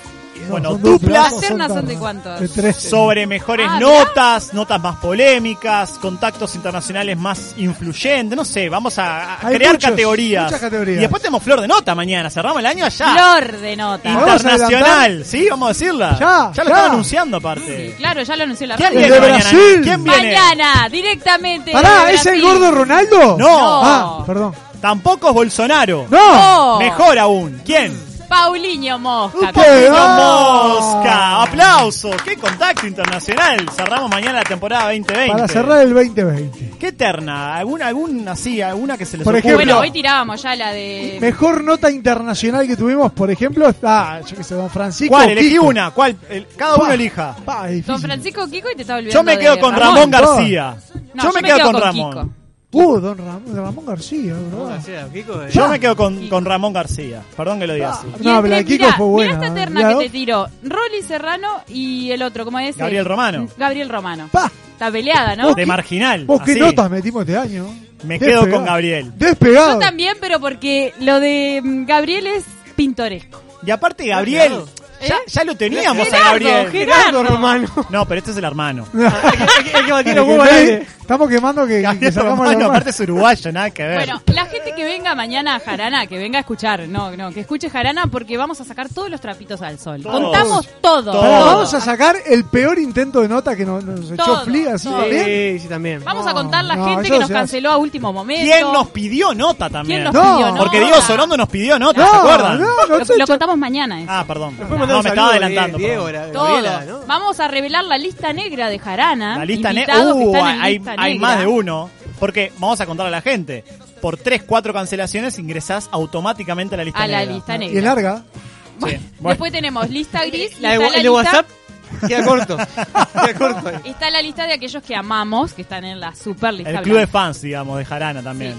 S2: Bueno,
S4: son
S2: duplas.
S4: Las ternas son de cuántos.
S2: Sobre mejores
S4: Ah, mirá.
S2: notas, notas más polémicas, contactos internacionales más influyentes. No sé, vamos a, a
S3: Hay
S2: crear
S3: muchos,
S2: categorías.
S3: muchas categorías.
S2: Y después tenemos flor de nota mañana. Cerramos el año allá.
S4: Flor de nota.
S2: Internacional, sí, vamos a decirla.
S4: Ya,
S2: lo
S4: ya.
S2: están anunciando aparte.
S4: Claro, ya lo anunció la
S2: ¿Quién
S4: radio.
S2: viene mañana? ¿Quién viene?
S4: Mañana, directamente.
S3: Pará,
S4: desde
S3: ¿es el
S4: Brasil.
S3: gordo Ronaldo?
S2: No.
S3: Ah, perdón.
S2: Tampoco es Bolsonaro.
S3: No. No.
S2: Mejor aún. ¿Quién?
S4: Paulinho Mosca.
S2: Paulino Mosca. Aplausos. Qué contacto internacional. Cerramos mañana la temporada 2020.
S3: Para cerrar el 2020.
S2: ¿Qué terna? ¿Alguna, alguna así? ¿Alguna que se les
S3: Por
S2: ocurra?
S3: ejemplo-
S4: Bueno, hoy tirábamos ya la de...
S3: Mejor nota internacional que tuvimos, por ejemplo, está, yo qué sé, Don Francisco.
S2: ¿Cuál? Elegí
S3: Quito.
S2: una. ¿Cuál? El- cada uno
S3: Pa.
S2: elija.
S3: Pa, es difícil.
S4: Don Francisco Kiko y te estaba olvidando
S2: Yo me quedo
S4: de
S2: con Ramón,
S4: Ramón
S2: García.
S4: No,
S2: yo, me quedo, con, Ramón.
S4: Kiko.
S3: Uh, Don Ramón, Ramón García, ¿verdad?
S2: Yo me quedo con, con Ramón García. Perdón que lo diga así.
S4: Y
S3: Ah. No,
S4: entre-
S3: la de Kiko
S4: mirá,
S3: fue ¿eh?
S4: mirá
S3: buena.
S4: esta
S2: ¿eh?
S4: terna
S3: Mirá,
S4: que te tiró. Rolly Serrano y el otro, ¿cómo es? Eh,
S2: Gabriel Romano.
S4: Gabriel Romano. Está peleada, ¿no?
S2: De marginal.
S3: ¿Vos qué
S2: así.
S3: notas metimos este año?
S2: Me
S3: Despegado.
S2: quedo con Gabriel.
S3: Despegado.
S4: Yo también, pero porque lo de mm, Gabriel es pintoresco.
S2: Y aparte, Gabriel. Ya, ya lo teníamos
S4: Gerardo,
S2: a Gabriel.
S4: Gerardo,
S2: hermano. No, pero este es el hermano.
S3: Porque ve, Estamos quemando que, que sacamos la
S2: Hermano,
S3: mano.
S2: aparte es uruguayo, nada que ver.
S4: Bueno, la gente que venga mañana a Jarana, que venga a escuchar, no, no, que escuche Jarana porque vamos a sacar todos los trapitos al sol.
S2: Todos.
S4: Contamos todo.
S3: Pará, Vamos a sacar el peor intento de nota que nos, nos echó
S4: Todo,
S3: Fliga, ¿sí?
S4: todo.
S3: también?
S5: Sí, sí, también.
S4: Vamos a contar la
S3: no,
S4: gente
S3: eso
S4: que nos
S3: se hace.
S4: canceló a último momento.
S2: ¿Quién nos pidió nota también?
S4: ¿Quién nos No. pidió
S2: Porque
S4: nota?
S2: Diego Sorondo nos pidió nota,
S4: No,
S2: ¿se acuerdan?
S4: Lo- lo, contamos mañana. eso.
S2: Ah, perdón.
S5: Después
S2: no, me estaba adelantando. perdón.
S4: Todos. Vamos a revelar la lista negra de Jarana.
S2: La lista, ne-
S4: Invitados que
S2: Uh,
S4: están en
S2: hay,
S4: lista
S2: hay
S4: negra.
S2: más de uno. Porque vamos a contar a la gente. Por 3, 4 cancelaciones ingresás automáticamente a la lista
S4: A la
S2: negra.
S4: lista negra. Y es larga.
S2: Bueno.
S4: Después tenemos lista gris.
S2: La de
S4: está
S2: wa- el de
S4: lista-
S2: WhatsApp
S5: Queda corto. Queda corto.
S4: Está la lista de aquellos que amamos, que están en la super lista.
S2: El club de
S4: blanca.
S2: fans, digamos, de Jarana también.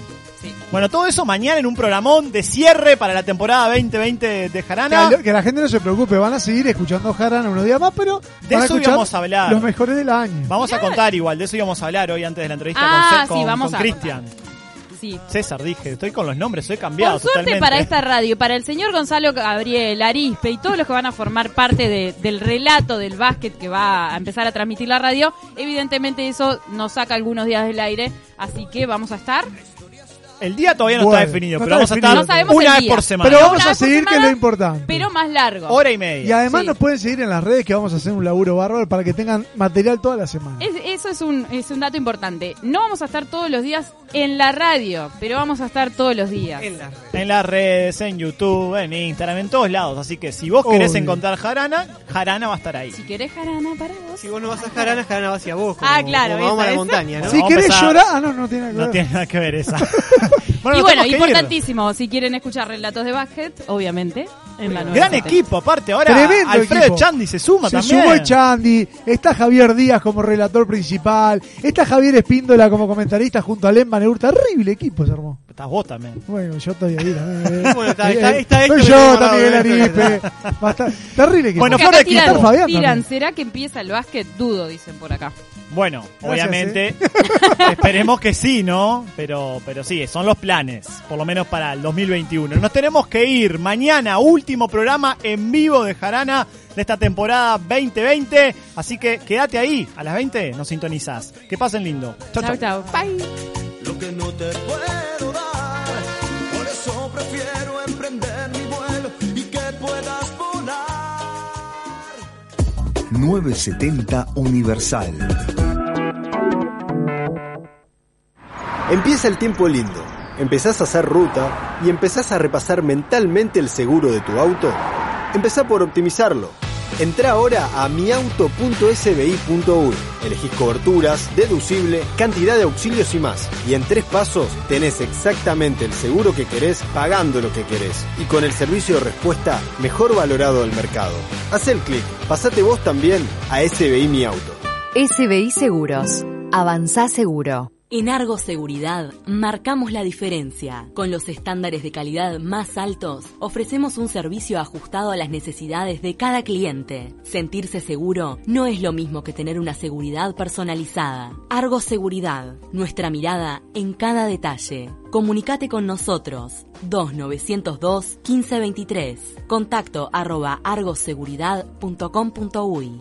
S2: Bueno, todo eso mañana en un programón de cierre para la temporada 2020 de
S3: Que,
S2: Jarana.
S3: al- que la gente no se preocupe, van a seguir escuchando Jarana unos días más, pero
S2: De
S3: van a
S2: eso
S3: escuchar
S2: íbamos a hablar.
S3: los mejores del año.
S2: Vamos a contar igual, de eso íbamos a hablar hoy antes de la entrevista
S4: Ah,
S2: con,
S4: sí,
S2: con-
S4: vamos
S2: con
S4: a
S2: Cristian.
S4: Sí.
S2: César, dije, estoy con los nombres, soy cambiado.
S4: Por suerte
S2: totalmente.
S4: para esta radio, para el señor Gonzalo Gabriel, Arispe y todos los que van a formar parte de- del relato del básquet que va a empezar a transmitir la radio, evidentemente eso nos saca algunos días del aire, así que vamos a estar.
S2: El día todavía no
S3: Bueno,
S2: está definido,
S3: no
S2: pero
S3: está
S2: vamos a
S3: definido.
S2: estar
S3: No sabemos
S2: una
S3: el
S2: vez
S3: día.
S2: por semana.
S3: Pero vamos
S4: Una
S3: a
S4: vez por
S3: seguir, que es lo
S4: semana,
S3: importante.
S4: Pero más largo.
S2: Hora y media.
S3: Y además nos pueden seguir en las redes que vamos a hacer un laburo bárbaro para que tengan material toda la semana.
S4: Es- eso es un, es un dato importante. No vamos a estar todos los días en la radio, pero vamos a estar todos los días.
S2: En las redes, en YouTube, en Instagram, en todos lados. Así que si vos querés
S5: Obvio.
S2: encontrar Jarana, Jarana va a estar ahí.
S4: Si querés jarana para vos.
S5: Si vos no vas a jarana, jarana va hacia vos. como-
S4: Ah, claro,
S5: como vamos
S4: esa,
S5: a la
S4: esa.
S5: montaña, ¿no?
S3: si querés llorar, ah, no, no tiene nada que
S2: No
S3: ver.
S2: tiene nada que ver esa.
S4: y
S2: nos
S4: bueno,
S2: tenemos que ir.
S4: importantísimo, si quieren escuchar relatos de básquet, obviamente, en la nueva
S2: Gran
S4: estación.
S2: equipo, aparte. Ahora
S3: Tremendo
S2: Alfredo
S3: equipo.
S2: Chandi se suma
S3: Se
S2: también.
S3: sumó Chandy, está Javier Díaz como relator principal, está Javier Espíndola como comentarista junto a Lemba Neur, terrible equipo se armó.
S2: Estás vos también.
S3: Bueno, yo estoy ahí también. eh.
S2: Bueno, está-
S3: Eh,
S2: está- está
S3: eh,
S2: esto
S3: soy
S2: que
S3: yo
S2: tenemos
S3: también,
S2: grabado, esto que
S3: Aripe. Basta- Terrible equipo.
S2: Bueno,
S4: Acá
S2: Flor de
S4: tiran,
S2: Quintal,
S3: Fabián
S4: tiran,
S3: también.
S4: ¿será que empieza el básquet? Dudo, dicen por acá.
S2: Bueno,
S4: Gracias,
S2: obviamente, esperemos que sí, ¿no? Pero, pero sí, son los planes, por lo menos para el 2021. Nos tenemos que ir mañana, último programa en vivo de Jarana de esta temporada 2020. Así que quédate ahí, a las 20 nos sintonizás. Que pasen lindo. Chau, chau.
S4: Chau, chau. Bye.
S16: lo que no te puedo dar. Por eso prefiero emprender mi vuelo y que puedas volar.
S20: 970 Universal. Empieza el tiempo lindo. Empezás a hacer ruta y empezás a repasar mentalmente el seguro de tu auto. Empezá por optimizarlo. Entra ahora a miauto.sbi.uy. Elegís coberturas, deducible, cantidad de auxilios y más. Y en tres pasos tenés exactamente el seguro que querés pagando lo que querés. Y con el servicio de respuesta mejor valorado del mercado. Haz el clic. Pasate vos también a SBI Mi Auto.
S21: SBI Seguros. Avanzá seguro.
S22: En Argo Seguridad marcamos la diferencia. Con los estándares de calidad más altos, ofrecemos un servicio ajustado a las necesidades de cada cliente. Sentirse seguro no es lo mismo que tener una seguridad personalizada. Argo Seguridad, nuestra mirada en cada detalle. Comunicate con nosotros 2902 1523. Contacto arroba argoseguridad.com.uy.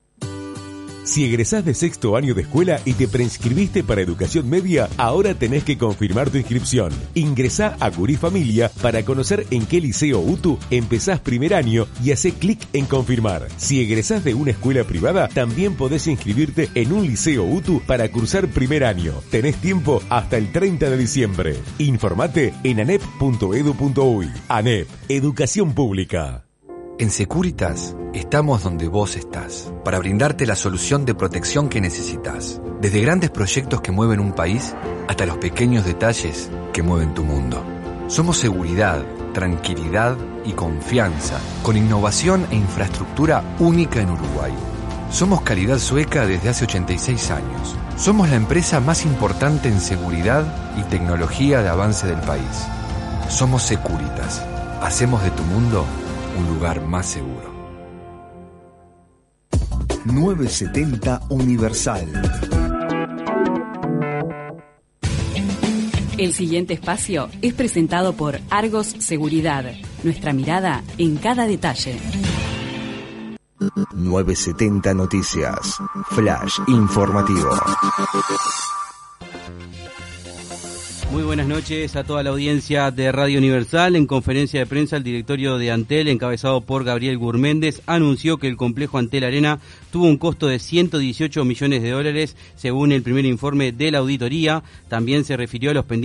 S23: Si egresás de sexto año de escuela y te preinscribiste para educación media, ahora tenés que confirmar tu inscripción. Ingresá a Curí Familia para conocer en qué liceo UTU empezás primer año y hacé clic en confirmar. Si egresás de una escuela privada, también podés inscribirte en un liceo UTU para cursar primer año. Tenés tiempo hasta el 30 de diciembre. Informate en anep.edu.uy. ANEP, Educación Pública.
S10: En Securitas estamos donde vos estás para brindarte la solución de protección que necesitas. Desde grandes proyectos que mueven un país hasta los pequeños detalles que mueven tu mundo. Somos seguridad, tranquilidad y confianza, con innovación e infraestructura única en Uruguay. Somos calidad sueca desde hace 86 años. Somos la empresa más importante en seguridad y tecnología de avance del país. Somos Securitas. Hacemos de tu mundo un lugar más seguro.
S20: 970 Universal.
S22: El siguiente espacio es presentado por Argos Seguridad, nuestra mirada en cada detalle.
S20: 970 Noticias. Flash informativo.
S24: Muy buenas noches a toda la audiencia de Radio Universal. En conferencia de prensa, el directorio de Antel, encabezado por Gabriel Gurméndez, anunció que el complejo Antel Arena tuvo un costo de 118 millones de dólares, según el primer informe de la auditoría. También se refirió a los pendientes